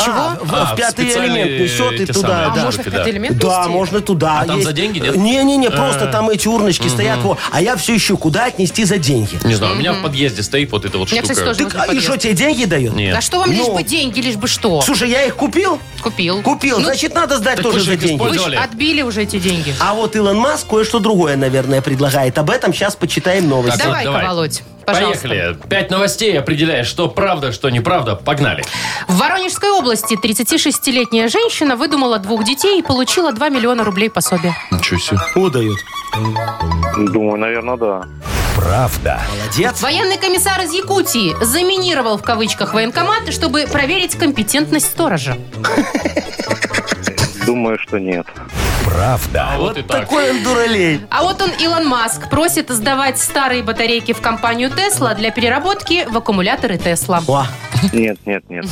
Speaker 4: А, в,
Speaker 2: А,
Speaker 4: в пятый
Speaker 2: специальные
Speaker 4: элемент несет и
Speaker 2: эти
Speaker 4: туда.
Speaker 2: самые
Speaker 3: А
Speaker 4: да.
Speaker 3: можно в
Speaker 2: да.
Speaker 3: пятый элемент
Speaker 4: Да,
Speaker 3: нести?
Speaker 4: можно туда. э,
Speaker 2: А там за деньги, Э. нет?
Speaker 4: Не-не-не, просто там эти урночки стоят. Во. А я все ищу, куда отнести за деньги.
Speaker 2: Не знаю, у меня в подъезде стоит вот эта вот
Speaker 3: У меня,
Speaker 2: штука.
Speaker 3: кстати, тоже
Speaker 4: Так,
Speaker 3: возле
Speaker 4: а и что,
Speaker 3: подъезда.
Speaker 4: тебе деньги дают?
Speaker 2: Нет.
Speaker 3: Да А что вам лишь
Speaker 4: Ну.
Speaker 3: бы деньги, лишь бы что?
Speaker 4: Слушай, я их купил?
Speaker 3: Купил.
Speaker 4: Купил,
Speaker 3: Ну,
Speaker 4: значит, надо сдать
Speaker 2: так
Speaker 4: тоже
Speaker 2: вы же
Speaker 4: за
Speaker 2: их
Speaker 4: деньги.
Speaker 3: Вы ж
Speaker 2: Пользовали?
Speaker 3: отбили уже эти деньги.
Speaker 4: А вот Илон Маск кое-что другое, наверное, предлагает. Об этом сейчас почитаем новости.
Speaker 2: Так,
Speaker 3: Давай-ка,
Speaker 2: давай.
Speaker 3: Володь, пожалуйста.
Speaker 2: Поехали. Пять новостей, определяешь, что правда, что неправда. Погнали.
Speaker 3: В Воронежской области 36-летняя женщина выдумала двух детей и получила 2 миллиона рублей пособия.
Speaker 2: Ничего себе.
Speaker 4: Удают.
Speaker 7: Думаю, наверное, да.
Speaker 1: Правда.
Speaker 4: Молодец.
Speaker 3: Военный комиссар из Якутии заминировал в кавычках военкомат, чтобы проверить компетентность сторожа.
Speaker 7: Думаю, что нет.
Speaker 4: А
Speaker 1: Правда.
Speaker 2: Вот и так.
Speaker 4: Такой он дуралей.
Speaker 3: А вот он, Илон Маск, просит сдавать старые батарейки в компанию Тесла для переработки в аккумуляторы Тесла.
Speaker 4: О,
Speaker 7: Нет, нет, нет.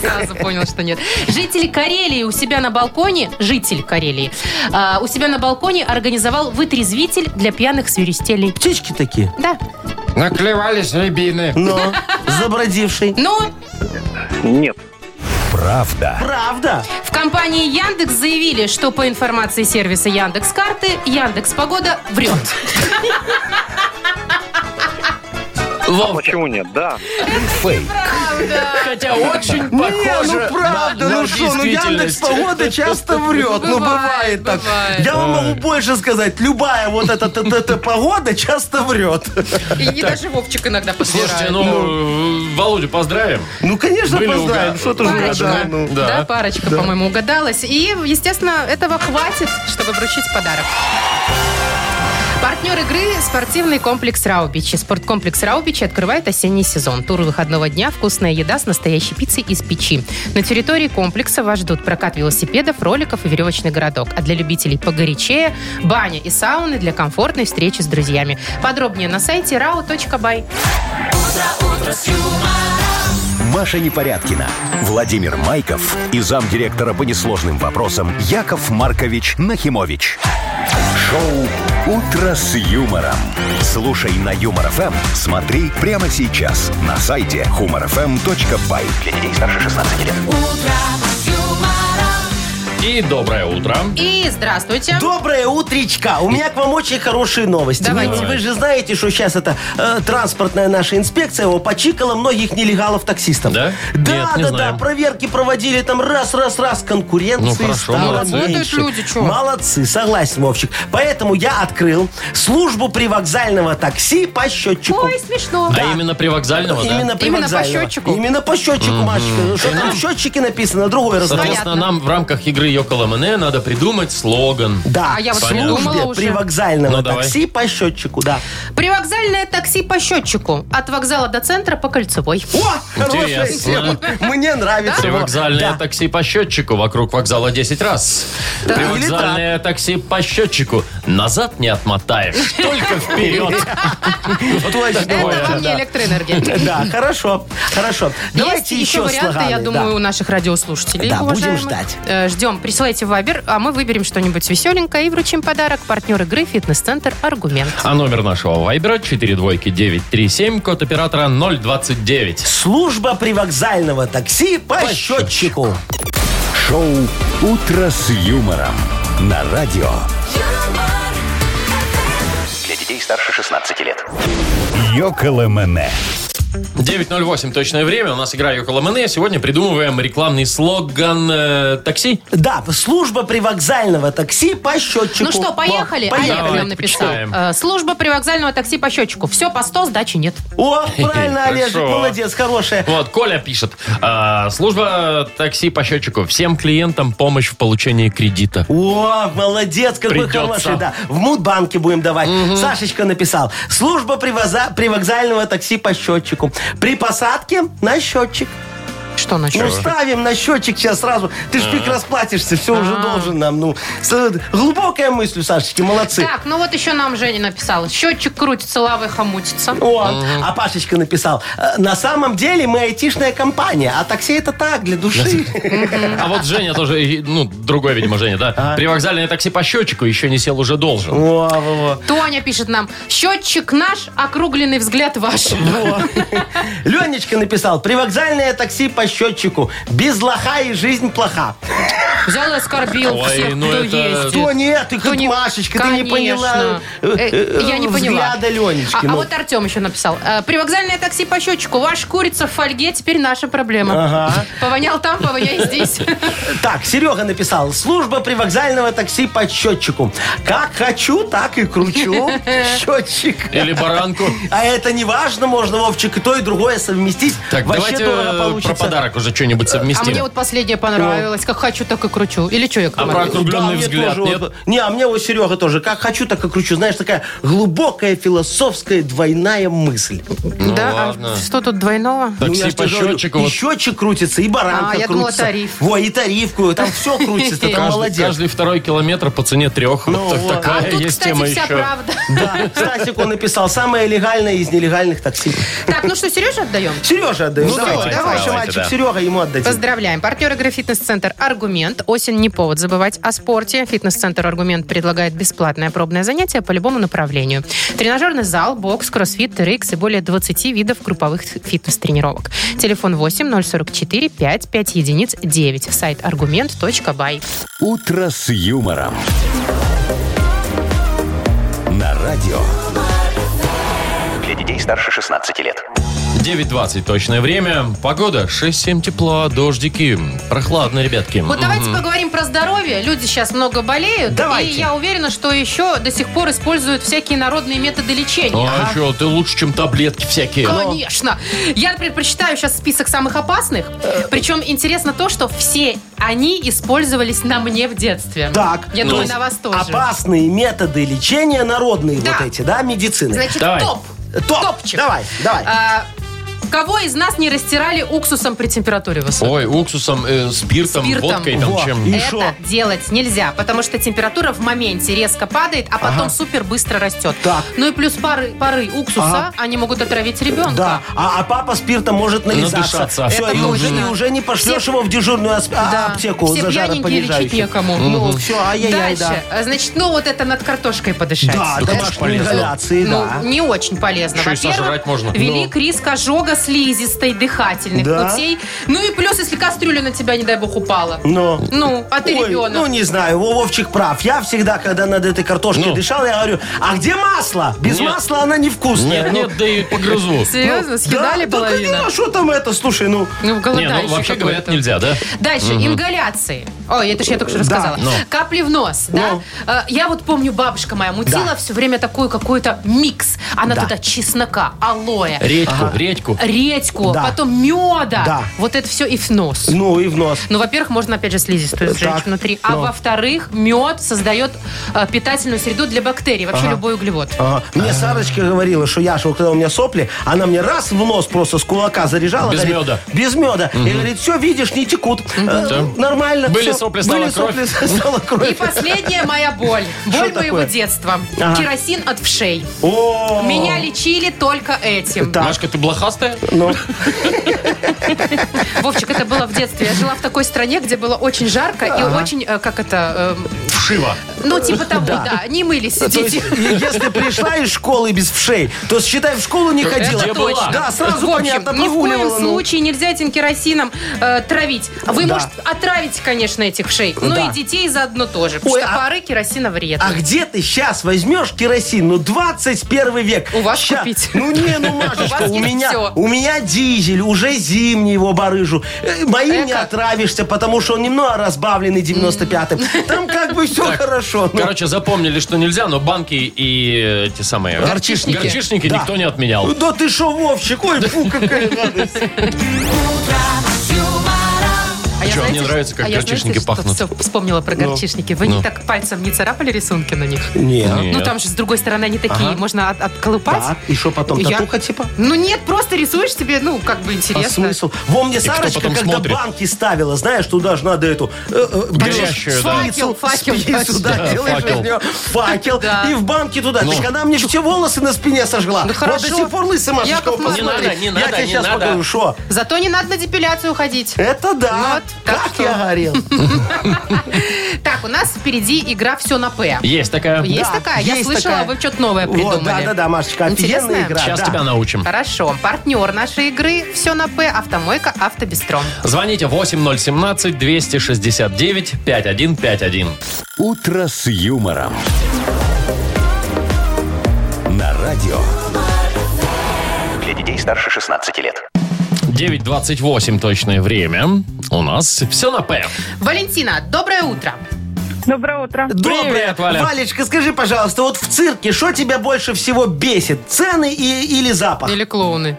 Speaker 3: Сразу понял, что нет. Житель Карелии у себя на балконе, житель Карелии, а, у себя на балконе организовал вытрезвитель для пьяных свиристелей.
Speaker 4: птички такие.
Speaker 3: Да.
Speaker 2: Наклевались рябины.
Speaker 4: Но забродивший.
Speaker 3: Ну,
Speaker 7: Нет.
Speaker 1: Правда.
Speaker 4: Правда.
Speaker 3: в компании Яндекс заявили, что по информации сервиса Яндекс Карты, Яндекс Погода
Speaker 2: [LAUGHS]
Speaker 3: врет.
Speaker 2: Вов,
Speaker 7: А Почему нет? Да.
Speaker 2: хотя очень похоже
Speaker 4: Не, ну правда,
Speaker 2: на- на
Speaker 4: ну что, ну Яндекс
Speaker 2: действительность.
Speaker 4: погода часто врет. Ну
Speaker 3: Бывает,
Speaker 4: бывает так.
Speaker 3: бывает.
Speaker 4: Я вам могу больше сказать. Любая вот эта т- т- т- погода часто врет.
Speaker 3: И даже Вовчик иногда
Speaker 2: Слушайте, ну, э, Володю поздравим.
Speaker 4: Ну, конечно,
Speaker 2: Были
Speaker 4: поздравим.
Speaker 2: угаданы.
Speaker 4: Что ты
Speaker 3: Парочка,
Speaker 4: угадал, ну.
Speaker 2: Да.
Speaker 3: да, парочка, по-моему, угадалась. И, естественно, этого хватит, чтобы вручить подарок. Партнер игры – спортивный комплекс «Раубичи». Спорткомплекс «Раубичи» открывает осенний сезон. Тур выходного дня, вкусная еда с настоящей пиццей из печи. На территории комплекса вас ждут прокат велосипедов, роликов и веревочный городок. А для любителей погорячее – баня и сауны для комфортной встречи с друзьями. Подробнее на сайте rau.by.
Speaker 1: Маша Непорядкина, Владимир Майков и замдиректора по несложным вопросам Яков Маркович Нахимович. Шоу «Утро с юмором». Слушай на Юмор ФМ, смотри прямо сейчас на сайте humorfm.by. Для детей старше 16 лет.
Speaker 2: И доброе утро.
Speaker 3: И здравствуйте.
Speaker 4: Доброе утречка. У меня к вам очень хорошие новости. Вы-
Speaker 3: Давайте.
Speaker 4: Вы, же знаете, что сейчас это э, транспортная наша инспекция его почикала многих нелегалов-таксистов.
Speaker 2: Да?
Speaker 4: Да,
Speaker 2: Нет, не
Speaker 4: да,
Speaker 2: знаем.
Speaker 4: да. Проверки проводили там раз-раз-раз. Конкуренции
Speaker 2: Ну, хорошо,
Speaker 4: стало
Speaker 2: молодцы.
Speaker 4: меньше.
Speaker 3: Работают люди, чё?
Speaker 4: Молодцы, согласен, Вовчик. Поэтому я открыл службу привокзального такси по счетчику.
Speaker 3: Ой, смешно.
Speaker 2: А именно привокзального, да?
Speaker 4: Именно,
Speaker 3: Именно по
Speaker 4: привокзального.
Speaker 3: счетчику?
Speaker 4: Именно по счетчику, Машечка. Ну, Что там в счетчике написано? Другой раз.
Speaker 2: Соответственно,
Speaker 3: Понятно.
Speaker 2: нам в рамках игры Йокола Мене надо придумать слоган.
Speaker 4: Да,
Speaker 3: А я вот
Speaker 4: службе
Speaker 3: придумала уже.
Speaker 4: привокзального
Speaker 2: Ну, давай.
Speaker 4: такси по счетчику, да.
Speaker 3: Привокзальное такси по счетчику. От вокзала до центра по кольцевой.
Speaker 4: О, хорошая
Speaker 2: Интересно.
Speaker 4: тема. Мне нравится.
Speaker 2: Привокзальное
Speaker 4: Да.
Speaker 2: такси по счетчику вокруг вокзала 10 раз. Привокзальное такси по счетчику. Назад не
Speaker 4: [LAUGHS]
Speaker 2: отмотаешь, только вперед. Вот
Speaker 3: Это
Speaker 2: такое.
Speaker 3: вам не
Speaker 4: [LAUGHS]
Speaker 3: электроэнергия.
Speaker 4: Да, хорошо, хорошо. Давайте
Speaker 3: Есть
Speaker 4: еще
Speaker 3: варианты,
Speaker 4: слоганы.
Speaker 3: я
Speaker 4: да.
Speaker 3: думаю, у наших радиослушателей.
Speaker 4: Да, будем
Speaker 3: уважаемых.
Speaker 4: ждать.
Speaker 3: Э, Ждем. Присылайте в Вайбер, а мы выберем что-нибудь веселенькое и вручим подарок. Партнер игры «Фитнес-центр Аргумент».
Speaker 2: А номер нашего вайбера 42937, код оператора 029.
Speaker 4: Служба привокзального такси по, счетчику.
Speaker 1: Шоу «Утро с юмором» на радио.
Speaker 5: Для детей старше 16 лет.
Speaker 1: Йоколэмэне.
Speaker 2: 9.08 точное время. У нас игра Йоколомане. Сегодня придумываем рекламный слоган э, такси.
Speaker 4: Да, служба привокзального такси по счетчику.
Speaker 3: Ну что, поехали?
Speaker 4: Во,
Speaker 3: Олег
Speaker 2: Давайте
Speaker 3: нам написал.
Speaker 2: почитаем.
Speaker 3: Э, Служба привокзального такси по счетчику. Все по 100, сдачи нет.
Speaker 4: О, правильно,
Speaker 2: Хорошо.
Speaker 4: Олежек, молодец, хорошая.
Speaker 2: Вот, Коля пишет. э, служба такси по счетчику. Всем клиентам помощь в получении кредита.
Speaker 4: О, молодец, какой
Speaker 2: Придется.
Speaker 4: хороший, да. В Мудбанке будем давать. Сашечка написал. Служба привоза- привокзального такси по счетчику. При посадке на счетчик.
Speaker 3: Что насчет?
Speaker 4: Ну, ставим на счетчик сейчас сразу. Ты ж пик расплатишься, все уже должен нам. Ну, С- глубокая мысль, у Сашечки, молодцы.
Speaker 3: Так, ну вот еще нам Женя написал. Счетчик крутится, лавой хомутится.
Speaker 4: Вот. А Пашечка написал, «Э, на самом деле мы айтишная компания, а такси это так, для души.
Speaker 2: А вот Женя тоже, и, ну, другой, видимо, Женя, да? Привокзальное такси по счетчику еще не сел, уже должен.
Speaker 4: [LAUGHS] Во, во, во.
Speaker 3: Тоня пишет нам. Счетчик наш, округленный взгляд ваш.
Speaker 4: Ленечка написал, привокзальное такси по счетчику. Без лоха и жизнь плоха.
Speaker 3: Взял и оскорбил
Speaker 2: Ой,
Speaker 3: всех,
Speaker 2: ну
Speaker 3: кто
Speaker 2: это-
Speaker 3: ездит.
Speaker 4: Кто нет, ты
Speaker 3: Кто
Speaker 4: как
Speaker 3: не-
Speaker 4: Машечка, ты не поняла.
Speaker 3: Конечно.
Speaker 4: э,
Speaker 3: Э,
Speaker 4: э,
Speaker 3: Я не поняла.
Speaker 4: Взгляда Ленечки.
Speaker 3: А, а
Speaker 4: ну.
Speaker 3: вот Артем еще написал. «Э, Привокзальное такси по счетчику. Ваша курица в фольге теперь наша проблема.
Speaker 4: Ага.
Speaker 3: Повонял там, повоняй
Speaker 4: [LAUGHS]
Speaker 3: здесь.
Speaker 4: Так, Серега написал, служба привокзального такси по счетчику. Как хочу, так и
Speaker 3: [LAUGHS]
Speaker 4: кручу. Счетчик.
Speaker 2: Или баранку.
Speaker 4: А это не важно, можно, Вовчик, и то, и другое совместить.
Speaker 2: Так,
Speaker 4: Вообще
Speaker 2: давайте
Speaker 4: дорого
Speaker 2: э,
Speaker 4: получится.
Speaker 2: про подарок уже что-нибудь
Speaker 3: А мне
Speaker 2: совместим.
Speaker 3: вот последнее понравилось. Как хочу, так и кручу. Или что, я
Speaker 2: А про округленный
Speaker 4: Да, мне
Speaker 2: взгляд
Speaker 4: тоже
Speaker 2: нет?
Speaker 4: вот- не, а мне вот Серега тоже. Как хочу, так и кручу. Знаешь, такая глубокая философская двойная мысль.
Speaker 3: Да, а
Speaker 2: ладно.
Speaker 3: что тут двойного?
Speaker 4: Ну, я
Speaker 2: Такси
Speaker 4: ж
Speaker 2: по
Speaker 4: тебе говорю,
Speaker 2: счетчику.
Speaker 4: И
Speaker 2: вот
Speaker 4: счетчик крутится, и баранка
Speaker 3: А, я думала,
Speaker 4: крутится.
Speaker 3: тариф.
Speaker 4: Во, и тарифку, там все
Speaker 3: [LAUGHS]
Speaker 4: крутится, ты там
Speaker 2: каждый-
Speaker 4: молодец. Ну
Speaker 2: Каждый второй километр по цене трех. Вот так-
Speaker 3: А
Speaker 2: такая
Speaker 3: тут,
Speaker 2: есть
Speaker 3: кстати,
Speaker 2: тема
Speaker 3: вся
Speaker 2: еще.
Speaker 3: правда.
Speaker 4: Да, Стасик он написал, самое легальное из нелегальных такси.
Speaker 3: Так, ну что, Сереже отдаем?
Speaker 4: Сережа отдаем.
Speaker 2: Ну,
Speaker 4: давайте,
Speaker 2: давайте,
Speaker 4: давайте,
Speaker 2: давайте,
Speaker 4: мальчик,
Speaker 2: да.
Speaker 4: Серега, ему отдадим.
Speaker 3: Поздравляем. Партнер игры «Фитнес-центр Аргумент». Осень не повод забывать о спорте. «Фитнес-центр Аргумент» предлагает бесплатное пробное занятие по любому направлению. Тренажерный зал, бокс, кроссфит, ТРХ и более 20 видов групповых фитнес-тренировок. Телефон 8 044 55 единиц 9. Сайт аргумент.бай.
Speaker 1: «Утро с юмором». На радио.
Speaker 5: Для детей старше 16 лет.
Speaker 2: 9.20 точное время. Погода 6-7 тепла, дождики. Прохладно, ребятки.
Speaker 3: Вот давайте поговорим про здоровье. Люди сейчас много болеют.
Speaker 4: Давайте.
Speaker 3: И я уверена, что еще до сих пор используют всякие народные методы лечения.
Speaker 2: А что, ты лучше, чем таблетки всякие.
Speaker 3: Конечно. Я предпочитаю сейчас список самых опасных.
Speaker 4: Э,
Speaker 3: Причем интересно то, что все они использовались на мне в детстве.
Speaker 4: Так. Ну,
Speaker 3: Я
Speaker 4: то
Speaker 3: думаю,
Speaker 4: есть
Speaker 3: на вас тоже.
Speaker 4: Опасные методы лечения народные
Speaker 3: Да.
Speaker 4: вот эти, да, медицины.
Speaker 3: Значит,
Speaker 2: Давай.
Speaker 3: топ.
Speaker 4: Топ,
Speaker 3: топчик.
Speaker 4: давай, давай.
Speaker 3: А, кого из нас не растирали уксусом при температуре
Speaker 2: Ой,
Speaker 3: высокой?
Speaker 2: уксусом, э, спиртом,
Speaker 3: Спиртом.
Speaker 2: водкой, там
Speaker 4: Во.
Speaker 2: чем.
Speaker 4: И
Speaker 3: Это
Speaker 4: шо?
Speaker 3: делать нельзя, потому что температура в моменте резко падает, а потом супер быстро растет.
Speaker 4: Так.
Speaker 3: Ну и плюс пары, пары уксуса, они могут отравить ребенка.
Speaker 4: Да, а, а папа спиртом может нализаться.
Speaker 2: Надышаться.
Speaker 4: Все,
Speaker 3: Это
Speaker 4: и уже,
Speaker 3: точно.
Speaker 4: и уже не пошлешь
Speaker 3: Все-
Speaker 4: его в дежурную асп- а-
Speaker 3: Да.
Speaker 4: аптеку
Speaker 3: Все
Speaker 4: за
Speaker 3: пьяненькие лечить
Speaker 4: жаропонижающим.
Speaker 3: некому.
Speaker 4: Ну,
Speaker 3: Ну,
Speaker 4: все, ай-яй-яй, да.
Speaker 3: Дальше. А, Значит, ну вот это над картошкой подышать.
Speaker 4: Да,
Speaker 2: Это ж
Speaker 4: домашние
Speaker 2: полезно.
Speaker 4: ингаляции,
Speaker 3: Ну,
Speaker 4: да. Ну.
Speaker 3: не очень полезно.
Speaker 2: Еще и сожрать
Speaker 3: Во-первых,
Speaker 2: можно.
Speaker 3: велик риск ожога слизистой дыхательных
Speaker 4: Да?
Speaker 3: путей. Ну и плюс, если кастрюля на тебя, не дай бог, упала.
Speaker 4: Но.
Speaker 3: Ну, а ты
Speaker 4: Ой,
Speaker 3: ребенок.
Speaker 4: ну не знаю, Во- Вовчик прав. Я всегда, когда над этой картошкой
Speaker 2: Ну.
Speaker 4: дышал, я говорю, а где масло? Без
Speaker 2: Нет.
Speaker 4: масла она невкусная.
Speaker 2: Нет,
Speaker 4: Ну,
Speaker 2: нет, да и погрызу.
Speaker 3: Серьезно, съедали
Speaker 4: да, да,
Speaker 3: половину?
Speaker 4: конечно, что там это, слушай, ну...
Speaker 3: Ну,
Speaker 2: Не,
Speaker 3: голодающий
Speaker 2: ну вообще
Speaker 3: какой-то.
Speaker 2: говорят нельзя, да?
Speaker 3: Дальше, ингаляции. Ой, это же я только что
Speaker 4: Да, Ну.
Speaker 3: рассказала.
Speaker 2: ну.
Speaker 3: Капли в нос, да? Э, Я вот помню, бабушка моя мутила
Speaker 4: Да.
Speaker 3: все время такой какой-то микс. Она туда чеснока, алоэ,
Speaker 2: Редьку,
Speaker 3: Э,
Speaker 2: редьку.
Speaker 3: редьку,
Speaker 4: Да.
Speaker 3: потом меда.
Speaker 4: Да.
Speaker 3: Вот это все и в нос.
Speaker 4: Ну и в нос.
Speaker 3: Ну, во-первых, можно, опять же, слизистую сжечь
Speaker 4: Так,
Speaker 3: внутри. А
Speaker 4: ну.
Speaker 3: во-вторых, мед создает э, питательную среду для бактерий, вообще любой углевод.
Speaker 4: Ага. А. Мне Сарочка говорила, что я, что когда у меня сопли, она мне раз в нос просто с кулака заряжала.
Speaker 2: Без
Speaker 4: говорит,
Speaker 2: меда.
Speaker 4: Без меда. И говорит, все, видишь, не текут. Э,
Speaker 2: Да.
Speaker 4: Нормально.
Speaker 2: Были
Speaker 4: всё.
Speaker 2: сопли, стала
Speaker 4: Были
Speaker 2: кровь.
Speaker 4: сопли, [LAUGHS] стала
Speaker 3: И
Speaker 4: кровь.
Speaker 3: последняя моя
Speaker 4: [LAUGHS]
Speaker 3: боль.
Speaker 4: Что
Speaker 3: Боль моего
Speaker 4: такое?
Speaker 3: детства.
Speaker 4: Ага.
Speaker 3: Керосин от вшей.
Speaker 4: О,
Speaker 3: Меня лечили только этим.
Speaker 4: Так.
Speaker 2: Машка, ты блохастая?
Speaker 4: ну,
Speaker 3: Вовчик, это было в детстве. Я жила в такой стране, где было очень жарко и очень, э, как это, эм,
Speaker 2: Вшива.
Speaker 3: ну,
Speaker 4: [LAUGHS]
Speaker 3: типа того, да, не мылись
Speaker 4: то
Speaker 3: [LAUGHS] дети.
Speaker 4: есть, если пришла из школы без вшей, то считай, в школу не ходила.
Speaker 2: где была?
Speaker 4: Да, А сразу
Speaker 3: в общем,
Speaker 4: понятно,
Speaker 3: ни в коем
Speaker 4: прогуливала. ну.
Speaker 3: случае нельзя этим керосином э, травить. Вы,
Speaker 4: Да.
Speaker 3: может, отравите, конечно, этих вшей, но
Speaker 4: Да.
Speaker 3: и детей заодно тоже, потому
Speaker 4: Ой,
Speaker 3: что
Speaker 4: а-
Speaker 3: пары керосина вредны.
Speaker 4: А где ты сейчас возьмешь керосин? Ну, 21 век.
Speaker 3: У вас
Speaker 4: Ща-
Speaker 3: купить.
Speaker 4: Ну, не, ну,
Speaker 3: У [LAUGHS]
Speaker 4: Машечка,
Speaker 3: вас
Speaker 4: у
Speaker 3: есть
Speaker 4: меня,
Speaker 3: всё.
Speaker 4: у У меня дизель, уже зимний его барыжу. Э, Моим не отравишься, потому что он немного разбавленный 95-м. Там как бы все хорошо. Ну,
Speaker 2: Короче, запомнили, что нельзя, но банки и эти самые...
Speaker 4: Горчишники.
Speaker 2: Горчишники
Speaker 4: Да.
Speaker 2: никто не отменял.
Speaker 4: Ну Да ты шо, Вовчик? Ой, фу, какая радость.
Speaker 3: А я,
Speaker 2: Чё,
Speaker 3: знаете,
Speaker 2: мне
Speaker 3: что-
Speaker 2: нравится, как
Speaker 3: а я,
Speaker 2: горчишники
Speaker 3: знаете, что
Speaker 2: пахнут.
Speaker 3: всё вспомнила про горчишники. Вы
Speaker 2: Ну.
Speaker 3: не так пальцем не царапали рисунки на них?
Speaker 4: Не.
Speaker 3: Ну, там же, с другой стороны, они такие, можно от- отколупать.
Speaker 4: Так, и что потом,
Speaker 3: Я-
Speaker 4: татуха типа?
Speaker 3: Ну, нет, просто рисуешь себе, ну, как бы
Speaker 4: А
Speaker 3: интересно.
Speaker 4: смысл? Во мне
Speaker 2: кто
Speaker 4: Сарочка,
Speaker 2: потом
Speaker 4: когда
Speaker 2: смотрит?
Speaker 4: банки ставила, знаешь, туда же надо эту... э, э, берешь
Speaker 2: Горящую, да.
Speaker 4: спицу,
Speaker 3: Факел, факел,
Speaker 4: спицу,
Speaker 3: да,
Speaker 4: да, делаешь
Speaker 2: факел.
Speaker 4: из неё факел,
Speaker 3: Да.
Speaker 4: и в банки туда. Так она мне все волосы на спине сожгла.
Speaker 3: Ну,
Speaker 4: Вот до
Speaker 3: хорошо.
Speaker 4: сих пор лысый
Speaker 3: Яков
Speaker 4: Машечка, вот
Speaker 3: Маркович.
Speaker 4: посмотри.
Speaker 2: Не надо, не надо,
Speaker 4: Я тебе
Speaker 2: не
Speaker 4: сейчас
Speaker 2: надо.
Speaker 4: покажу, что.
Speaker 3: Зато не надо на депиляцию ходить.
Speaker 4: Это да.
Speaker 3: Вот, так
Speaker 4: Как
Speaker 3: что.
Speaker 4: я говорил.
Speaker 3: Так, у нас впереди игра «Все на П».
Speaker 2: Есть такая.
Speaker 3: Есть
Speaker 4: Да,
Speaker 3: такая? Я
Speaker 4: есть
Speaker 3: слышала,
Speaker 4: такая.
Speaker 3: вы что-то новое
Speaker 4: Вот,
Speaker 3: придумали.
Speaker 4: да-да-да, Машечка, офигенная
Speaker 3: Интересная?
Speaker 4: игра.
Speaker 2: Сейчас
Speaker 4: да.
Speaker 2: тебя научим.
Speaker 3: Хорошо. Партнер нашей игры «Все на П» автомойка «Автобестром».
Speaker 2: Звоните 8017-269-5151.
Speaker 1: «Утро с юмором». На радио.
Speaker 5: Для детей старше 16 лет.
Speaker 2: 9.28 точное время. У нас все на П.
Speaker 3: Валентина, доброе утро.
Speaker 8: Доброе утро.
Speaker 4: Доброе.
Speaker 2: Привет, Валя.
Speaker 4: Валечка, скажи, пожалуйста, вот в цирке что тебя больше всего бесит? Цены и, или запах?
Speaker 3: Или клоуны.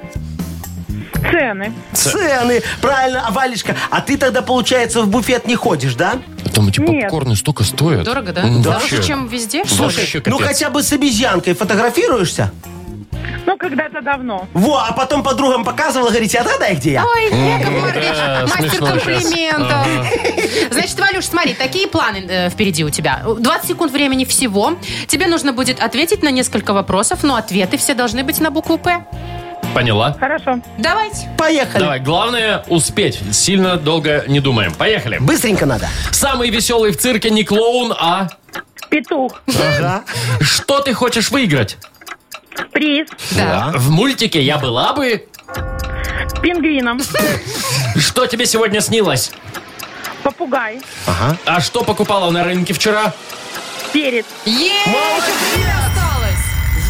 Speaker 8: Цены.
Speaker 4: Цены, правильно, а Валечка, а ты тогда, получается, в буфет не ходишь, да?
Speaker 2: Там эти
Speaker 8: Нет.
Speaker 2: попкорны столько стоят.
Speaker 3: Дорого, да?
Speaker 2: М,
Speaker 3: Дороже,
Speaker 2: вообще.
Speaker 3: чем везде? что ли?
Speaker 2: Слушай, Вообще
Speaker 4: ну
Speaker 2: капец.
Speaker 4: хотя бы с обезьянкой фотографируешься?
Speaker 8: Ну, когда-то давно.
Speaker 4: Во, а потом подругам показывала, говорите, а да, где я?
Speaker 3: Ой, Яков Маркович,
Speaker 2: да,
Speaker 3: мастер
Speaker 2: смешно
Speaker 3: комплиментов. Значит, Валюш, смотри, такие планы э, впереди у тебя. 20 секунд времени всего. Тебе нужно будет ответить на несколько вопросов, но ответы все должны быть на букву «П».
Speaker 2: Поняла?
Speaker 8: Хорошо.
Speaker 3: Давайте.
Speaker 4: Поехали.
Speaker 2: Давай, главное успеть. Сильно долго не думаем. Поехали.
Speaker 4: Быстренько надо.
Speaker 2: Самый веселый в цирке не клоун, а
Speaker 8: Петух.
Speaker 4: Ага.
Speaker 2: что ты хочешь выиграть?
Speaker 8: Приз.
Speaker 3: Да.
Speaker 2: В мультике я была бы.
Speaker 8: Пингвином.
Speaker 2: Что тебе сегодня снилось?
Speaker 8: Попугай.
Speaker 2: А что покупала на рынке вчера?
Speaker 8: Перец.
Speaker 3: Е! Осталось.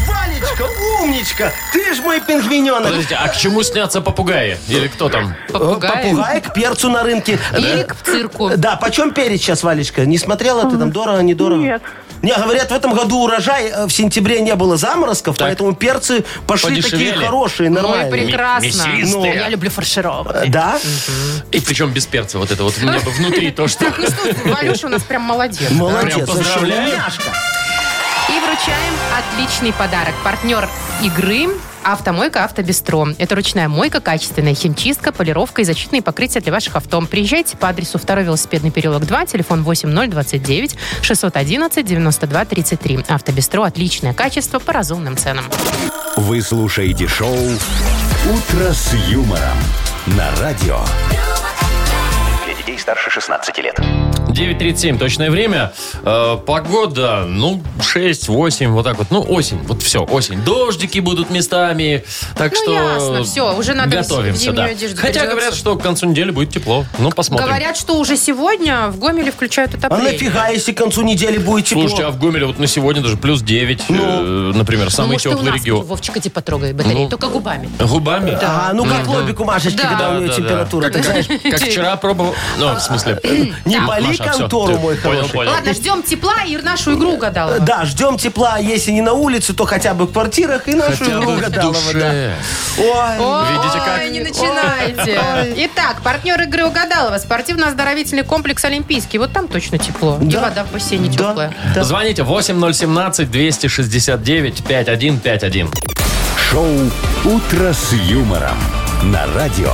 Speaker 4: Валечка, умничка, ты ж мой пингвиненок.
Speaker 2: Подождите, а к чему снятся попугаи? Или кто там?
Speaker 3: Попугай.
Speaker 4: Попугай к перцу на рынке. Э,
Speaker 3: Или к цирку.
Speaker 4: Да, почем перец сейчас, Валечка? Не смотрела ты там, дорого, недорого?
Speaker 8: Нет.
Speaker 4: Не, говорят, в этом году урожай, э, в сентябре не было заморозков,
Speaker 2: Так.
Speaker 4: поэтому перцы пошли
Speaker 2: Подешевели.
Speaker 4: такие хорошие,
Speaker 3: Ну и
Speaker 4: нормальные.
Speaker 3: прекрасно.
Speaker 2: мясистые.
Speaker 3: Ну, Я люблю фаршированные.
Speaker 4: Да?
Speaker 2: И причем без перца вот это вот у меня бы внутри то, что...
Speaker 3: Так, ну что, ты, Валюша у нас прям молодец.
Speaker 4: Молодец. вообще,
Speaker 2: поздравляю.
Speaker 4: умняшка.
Speaker 3: И вручаем отличный подарок. Партнер игры Автомойка Автобестро. Это ручная мойка, качественная химчистка, полировка и защитные покрытия для ваших авто. Приезжайте по адресу 2 велосипедный переулок 2, телефон 8029 611 92 33. Автобестро – отличное качество по разумным ценам.
Speaker 1: Вы слушаете шоу «Утро с юмором» на радио.
Speaker 5: Для детей старше 16 лет.
Speaker 2: 9.37 точное время. Э, погода, ну, 6-8, вот так вот. Ну, осень, вот все, осень. Дождики будут местами, так
Speaker 3: Ну,
Speaker 2: что...
Speaker 3: ясно, всё, уже надо в
Speaker 2: готовимся,
Speaker 3: зимнюю
Speaker 2: да.
Speaker 3: одежду
Speaker 2: Хотя
Speaker 3: переодеваться.
Speaker 2: говорят, что к концу недели будет тепло. Ну, посмотрим.
Speaker 3: Говорят, что уже сегодня в Гомеле включают
Speaker 4: А
Speaker 3: отопление.
Speaker 4: нафига, если к концу недели будет тепло?
Speaker 2: Слушайте, а в Гомеле вот на сегодня даже плюс 9, э, например,
Speaker 3: Ну,
Speaker 2: самый
Speaker 3: может, ты у
Speaker 2: теплый
Speaker 3: нас,
Speaker 2: регион. Ну.
Speaker 3: Вовчик, иди потрогай батарею, только губами.
Speaker 2: Губами?
Speaker 4: Ага, ну как лобик у Машечки,
Speaker 3: Да.
Speaker 4: когда у
Speaker 2: Да,
Speaker 4: нее
Speaker 2: да,
Speaker 4: температура,
Speaker 2: да.
Speaker 4: так знаешь,
Speaker 2: Как вчера пробовал... Ну, в смысле...
Speaker 4: не
Speaker 2: Маша,
Speaker 4: боли
Speaker 2: всё,
Speaker 4: контору,
Speaker 2: ты
Speaker 4: мой
Speaker 2: Понял,
Speaker 4: хороший.
Speaker 2: понял.
Speaker 3: Ладно, ждем тепла и нашу игру угадала.
Speaker 4: Э, Да, ждем тепла, если не на улице, то хотя бы в квартирах и нашу
Speaker 2: Хотя
Speaker 4: игру
Speaker 2: бы в
Speaker 4: гадалова, да.
Speaker 2: душе.
Speaker 4: Ой,
Speaker 3: Ой,
Speaker 2: Видите, как?
Speaker 3: не начинайте. Итак, партнер игры Угадалова, спортивно-оздоровительный комплекс Олимпийский. Вот там точно тепло. И
Speaker 4: Да.
Speaker 3: вода в бассейне
Speaker 4: Да.
Speaker 3: теплая.
Speaker 4: Да.
Speaker 2: Звоните 8017-269-5151.
Speaker 1: Шоу «Утро с юмором» на радио.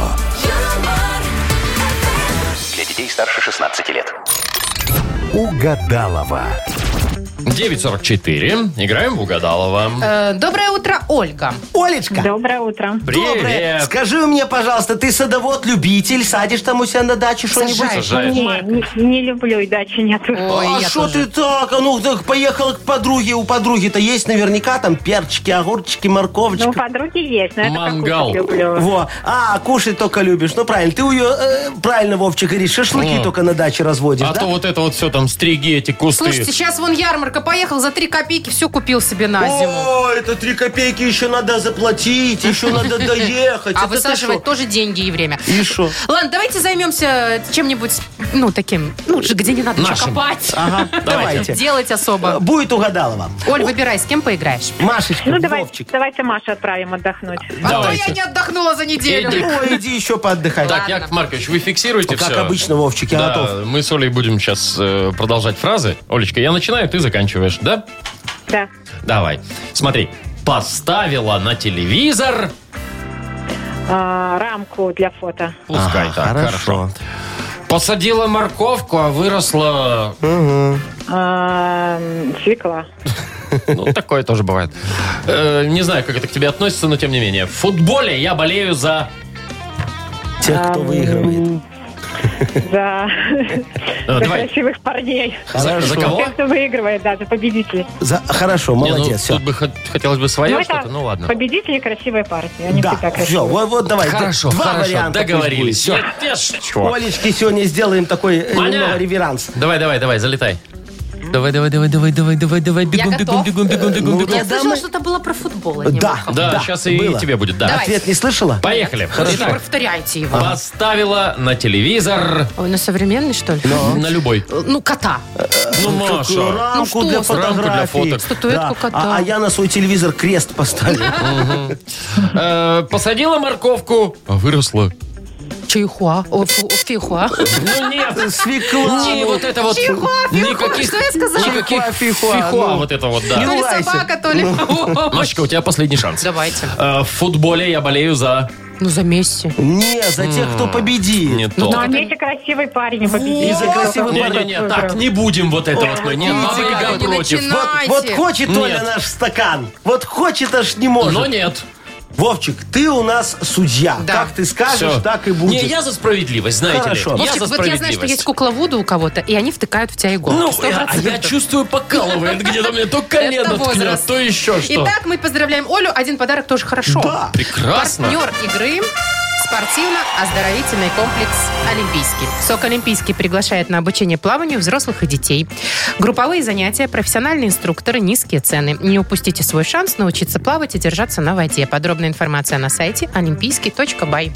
Speaker 5: Для детей старше 16 лет.
Speaker 1: Угадалова.
Speaker 2: 9.44. Играем в Угадалова.
Speaker 3: Э, Доброе утро, Ольга.
Speaker 4: Олечка,
Speaker 8: Доброе утро.
Speaker 4: доброе.
Speaker 2: Привет.
Speaker 4: Скажи мне, пожалуйста, ты садовод-любитель, садишь там у себя на даче
Speaker 3: Сажаешь.
Speaker 4: что-нибудь?
Speaker 2: Сажаешь.
Speaker 8: Не, не, не люблю и дачи нету.
Speaker 3: Ой,
Speaker 4: а
Speaker 3: я
Speaker 4: что
Speaker 3: тоже.
Speaker 4: ты так? А ну так поехала к подруге. У подруги-то есть наверняка там перчики, огурчики, морковочка.
Speaker 8: Ну, у подруги есть, но это
Speaker 2: Мангал.
Speaker 8: как люблю.
Speaker 4: Во. А, кушать только любишь. Ну, правильно. Ты у ее, правильно, Вовчик, говоришь, шашлыки
Speaker 2: О.
Speaker 4: только на даче разводишь,
Speaker 2: А
Speaker 4: да?
Speaker 2: то вот это вот все там, стриги эти кусты.
Speaker 3: Слушайте, сейчас вон ярмарка поехал за 3 копейки, все купил себе на зиму. А
Speaker 4: О, это три копейки еще надо заплатить, еще
Speaker 3: [LAUGHS]
Speaker 4: надо доехать.
Speaker 3: А
Speaker 4: Это ты
Speaker 3: высаживать
Speaker 4: шо?
Speaker 3: тоже деньги и время.
Speaker 4: И шо?
Speaker 3: Ладно, давайте займемся чем-нибудь, ну, таким, ну, ж- где не надо ничего
Speaker 2: Нашим.
Speaker 3: копать.
Speaker 4: Ага, давайте.
Speaker 3: Делать
Speaker 4: Э,
Speaker 3: особо.
Speaker 4: Будет угадала вам.
Speaker 3: Оль, выбирай, с кем поиграешь.
Speaker 4: Машечка,
Speaker 8: Ну, давайте,
Speaker 4: Вовчик.
Speaker 8: давайте Машу отправим отдохнуть.
Speaker 3: А то я
Speaker 2: Давайте.
Speaker 3: не отдохнула за неделю.
Speaker 2: Иди.
Speaker 4: Ой, иди еще поотдыхай.
Speaker 2: Так, Яков Маркович, вы фиксируете
Speaker 4: Ну, Как
Speaker 2: все?
Speaker 4: обычно, Вовчик, я
Speaker 2: Да,
Speaker 4: готов.
Speaker 2: мы с Олей будем сейчас продолжать фразы. Олечка, я начинаю, ты заканчиваешь, да?
Speaker 8: Да.
Speaker 2: Давай. Смотри. Поставила на телевизор.
Speaker 8: А, рамку для фото.
Speaker 2: Пускай
Speaker 4: Ага,
Speaker 2: так,
Speaker 4: хорошо.
Speaker 2: Посадила морковку, а выросла...
Speaker 8: А, м, свекла.
Speaker 2: Ну, такое тоже бывает. Э, Не знаю, как это к тебе относится, но тем не менее. В футболе я болею за...
Speaker 4: Тех, кто выигрывает.
Speaker 8: За,
Speaker 2: Э,
Speaker 8: за
Speaker 2: Давай.
Speaker 8: красивых парней.
Speaker 2: За, за кого?
Speaker 8: Те, кто выигрывает, да, за победителей.
Speaker 4: За- Хорошо,
Speaker 2: Не, ну,
Speaker 4: молодец, все.
Speaker 2: Тут бы хот- хотелось бы свое что-то, ну ладно.
Speaker 8: победители красивой партии. Они
Speaker 4: Да,
Speaker 8: всегда красивые.
Speaker 4: все, вот, вот давай. д-
Speaker 2: Хорошо,
Speaker 4: Два
Speaker 2: хорошо,
Speaker 4: варианта пусть
Speaker 2: договорились.
Speaker 4: будет.
Speaker 2: Я те ж-
Speaker 4: Всё. Олечке сегодня сделаем такой э,
Speaker 2: Маня!
Speaker 4: немного реверанс.
Speaker 2: Давай, давай, давай, залетай. Давай, давай, давай, давай, давай, давай, давай, бегом, бегом,
Speaker 3: готов.
Speaker 2: бегом, бегом, бегом,
Speaker 4: Ну,
Speaker 2: бегом.
Speaker 3: Я
Speaker 4: да,
Speaker 3: слышала,
Speaker 4: мы-
Speaker 3: что-то было про футбол. я не
Speaker 4: Да,
Speaker 3: могу.
Speaker 2: Да,
Speaker 4: да,
Speaker 2: сейчас и
Speaker 4: было.
Speaker 2: тебе будет, да.
Speaker 3: Давай.
Speaker 4: Ответ не слышала?
Speaker 2: Поехали.
Speaker 3: Вы
Speaker 2: Итак,
Speaker 3: Повторяйте его.
Speaker 2: поставила на телевизор
Speaker 3: Ой, ну современный, что ли?
Speaker 2: на любой.
Speaker 3: Э, Ну, кота.
Speaker 2: Ну,
Speaker 4: Какую
Speaker 2: Маша.
Speaker 3: Ну что
Speaker 4: рамку для
Speaker 3: с рамкой
Speaker 2: для
Speaker 4: фотографии.
Speaker 2: фоток?
Speaker 3: Статуэтку
Speaker 4: Да.
Speaker 3: кота.
Speaker 4: А, а я на свой телевизор
Speaker 3: [LAUGHS]
Speaker 4: крест поставил.
Speaker 2: Э, Посадила морковку. А выросла.
Speaker 3: Чайхуа. О, фу- фихуа.
Speaker 2: Ну нет.
Speaker 4: Свекла.
Speaker 2: Не, вот это вот.
Speaker 3: Чихуа, фихуа,
Speaker 2: Никаких,
Speaker 3: что я сказала?
Speaker 2: никаких
Speaker 4: Чихуа, фихуа,
Speaker 2: фихуа,
Speaker 4: ну.
Speaker 2: вот это вот,
Speaker 3: То
Speaker 2: да.
Speaker 3: ли
Speaker 4: лайся.
Speaker 3: собака, то ли...
Speaker 2: Ну, Машечка, у тебя последний шанс.
Speaker 3: Давайте.
Speaker 2: Э, В футболе я болею за
Speaker 3: Ну, за Месси.
Speaker 4: Не, за тех, кто победит.
Speaker 2: не
Speaker 3: Ну,
Speaker 2: то.
Speaker 8: А Митя красивый парень победитель.
Speaker 4: И за красивый
Speaker 2: Не,
Speaker 4: парень.
Speaker 2: не, не, так не будем вот это вот мы. Нет,
Speaker 3: Видите,
Speaker 2: баба-яга
Speaker 3: как они
Speaker 2: против.
Speaker 4: Вот,
Speaker 3: начинают.
Speaker 4: вот хочет
Speaker 2: Нет.
Speaker 4: Оля наш стакан. Вот хочет, аж не может.
Speaker 2: Но нет.
Speaker 4: Вовчик, ты у нас судья.
Speaker 3: Да.
Speaker 4: Как ты скажешь,
Speaker 2: Всё.
Speaker 4: так и будет.
Speaker 2: Не, я за справедливость, знаете
Speaker 4: Хорошо.
Speaker 2: ли. Я за
Speaker 3: Вовчик, вот я знаю,
Speaker 2: справедливость.
Speaker 3: что есть кукла Вуду у кого-то, и они втыкают в тебя иголки.
Speaker 2: Ну,
Speaker 3: Сто
Speaker 2: я, а я
Speaker 3: процентов.
Speaker 2: чувствую, покалывает где-то мне то
Speaker 3: Это
Speaker 2: колено ткнет,
Speaker 3: возраст.
Speaker 2: ну то еще что.
Speaker 3: Итак, мы поздравляем Олю. Один подарок тоже хорошо.
Speaker 4: Да.
Speaker 2: Прекрасно.
Speaker 3: Партнер игры спортивно-оздоровительный комплекс «Олимпийский». СОК «Олимпийский» приглашает на обучение плаванию взрослых и детей. Групповые занятия, профессиональные инструкторы, низкие цены. Не упустите свой шанс научиться плавать и держаться на воде. Подробная информация на сайте олимпийский.бай.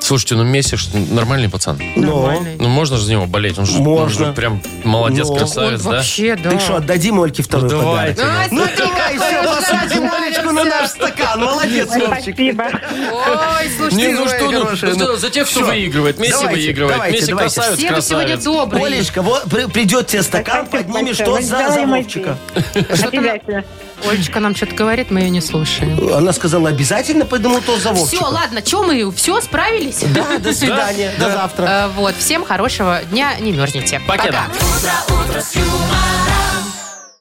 Speaker 2: Слушайте, ну Месси ж нормальный пацан.
Speaker 4: Но.
Speaker 2: Ну можно же за него болеть, он же,
Speaker 4: Можно.
Speaker 2: он же прям молодец,
Speaker 4: Но.
Speaker 2: красавец, да?
Speaker 3: Вообще, да. А,
Speaker 4: Так что, отдадим Ольке второй
Speaker 2: давайте.
Speaker 4: подарок? Ну давай, все, посадим Олечку на наш стакан. Молодец, Вовчик.
Speaker 8: Спасибо.
Speaker 3: Ой, слушайте,
Speaker 2: Не, ну
Speaker 3: ой,
Speaker 2: что, ну,
Speaker 4: хорошая,
Speaker 2: что,
Speaker 4: ну,
Speaker 2: за тех, кто
Speaker 4: всё.
Speaker 2: выигрывает. Месси
Speaker 4: Давайте,
Speaker 2: выигрывает.
Speaker 4: давайте,
Speaker 2: Месси
Speaker 4: давайте.
Speaker 2: красавец,
Speaker 3: Все вы сегодня
Speaker 2: красавец.
Speaker 3: добрые.
Speaker 4: Олечка, вот при- придет тебе стакан,
Speaker 8: Спасибо
Speaker 4: поднимешь что
Speaker 8: большое.
Speaker 4: за, за
Speaker 8: Давай,
Speaker 4: Вовчика.
Speaker 8: Обязательно.
Speaker 3: Олечка нам что-то говорит, мы ее не слушаем.
Speaker 4: Она сказала, обязательно пойду то за
Speaker 3: Все,
Speaker 4: Вовчика.
Speaker 3: ладно, что мы, все, справились?
Speaker 4: Да, до свидания, до завтра.
Speaker 3: Э, Вот, всем хорошего дня, не мерзните.
Speaker 2: Покеда.
Speaker 3: Пока.
Speaker 9: утро, утро с юмором.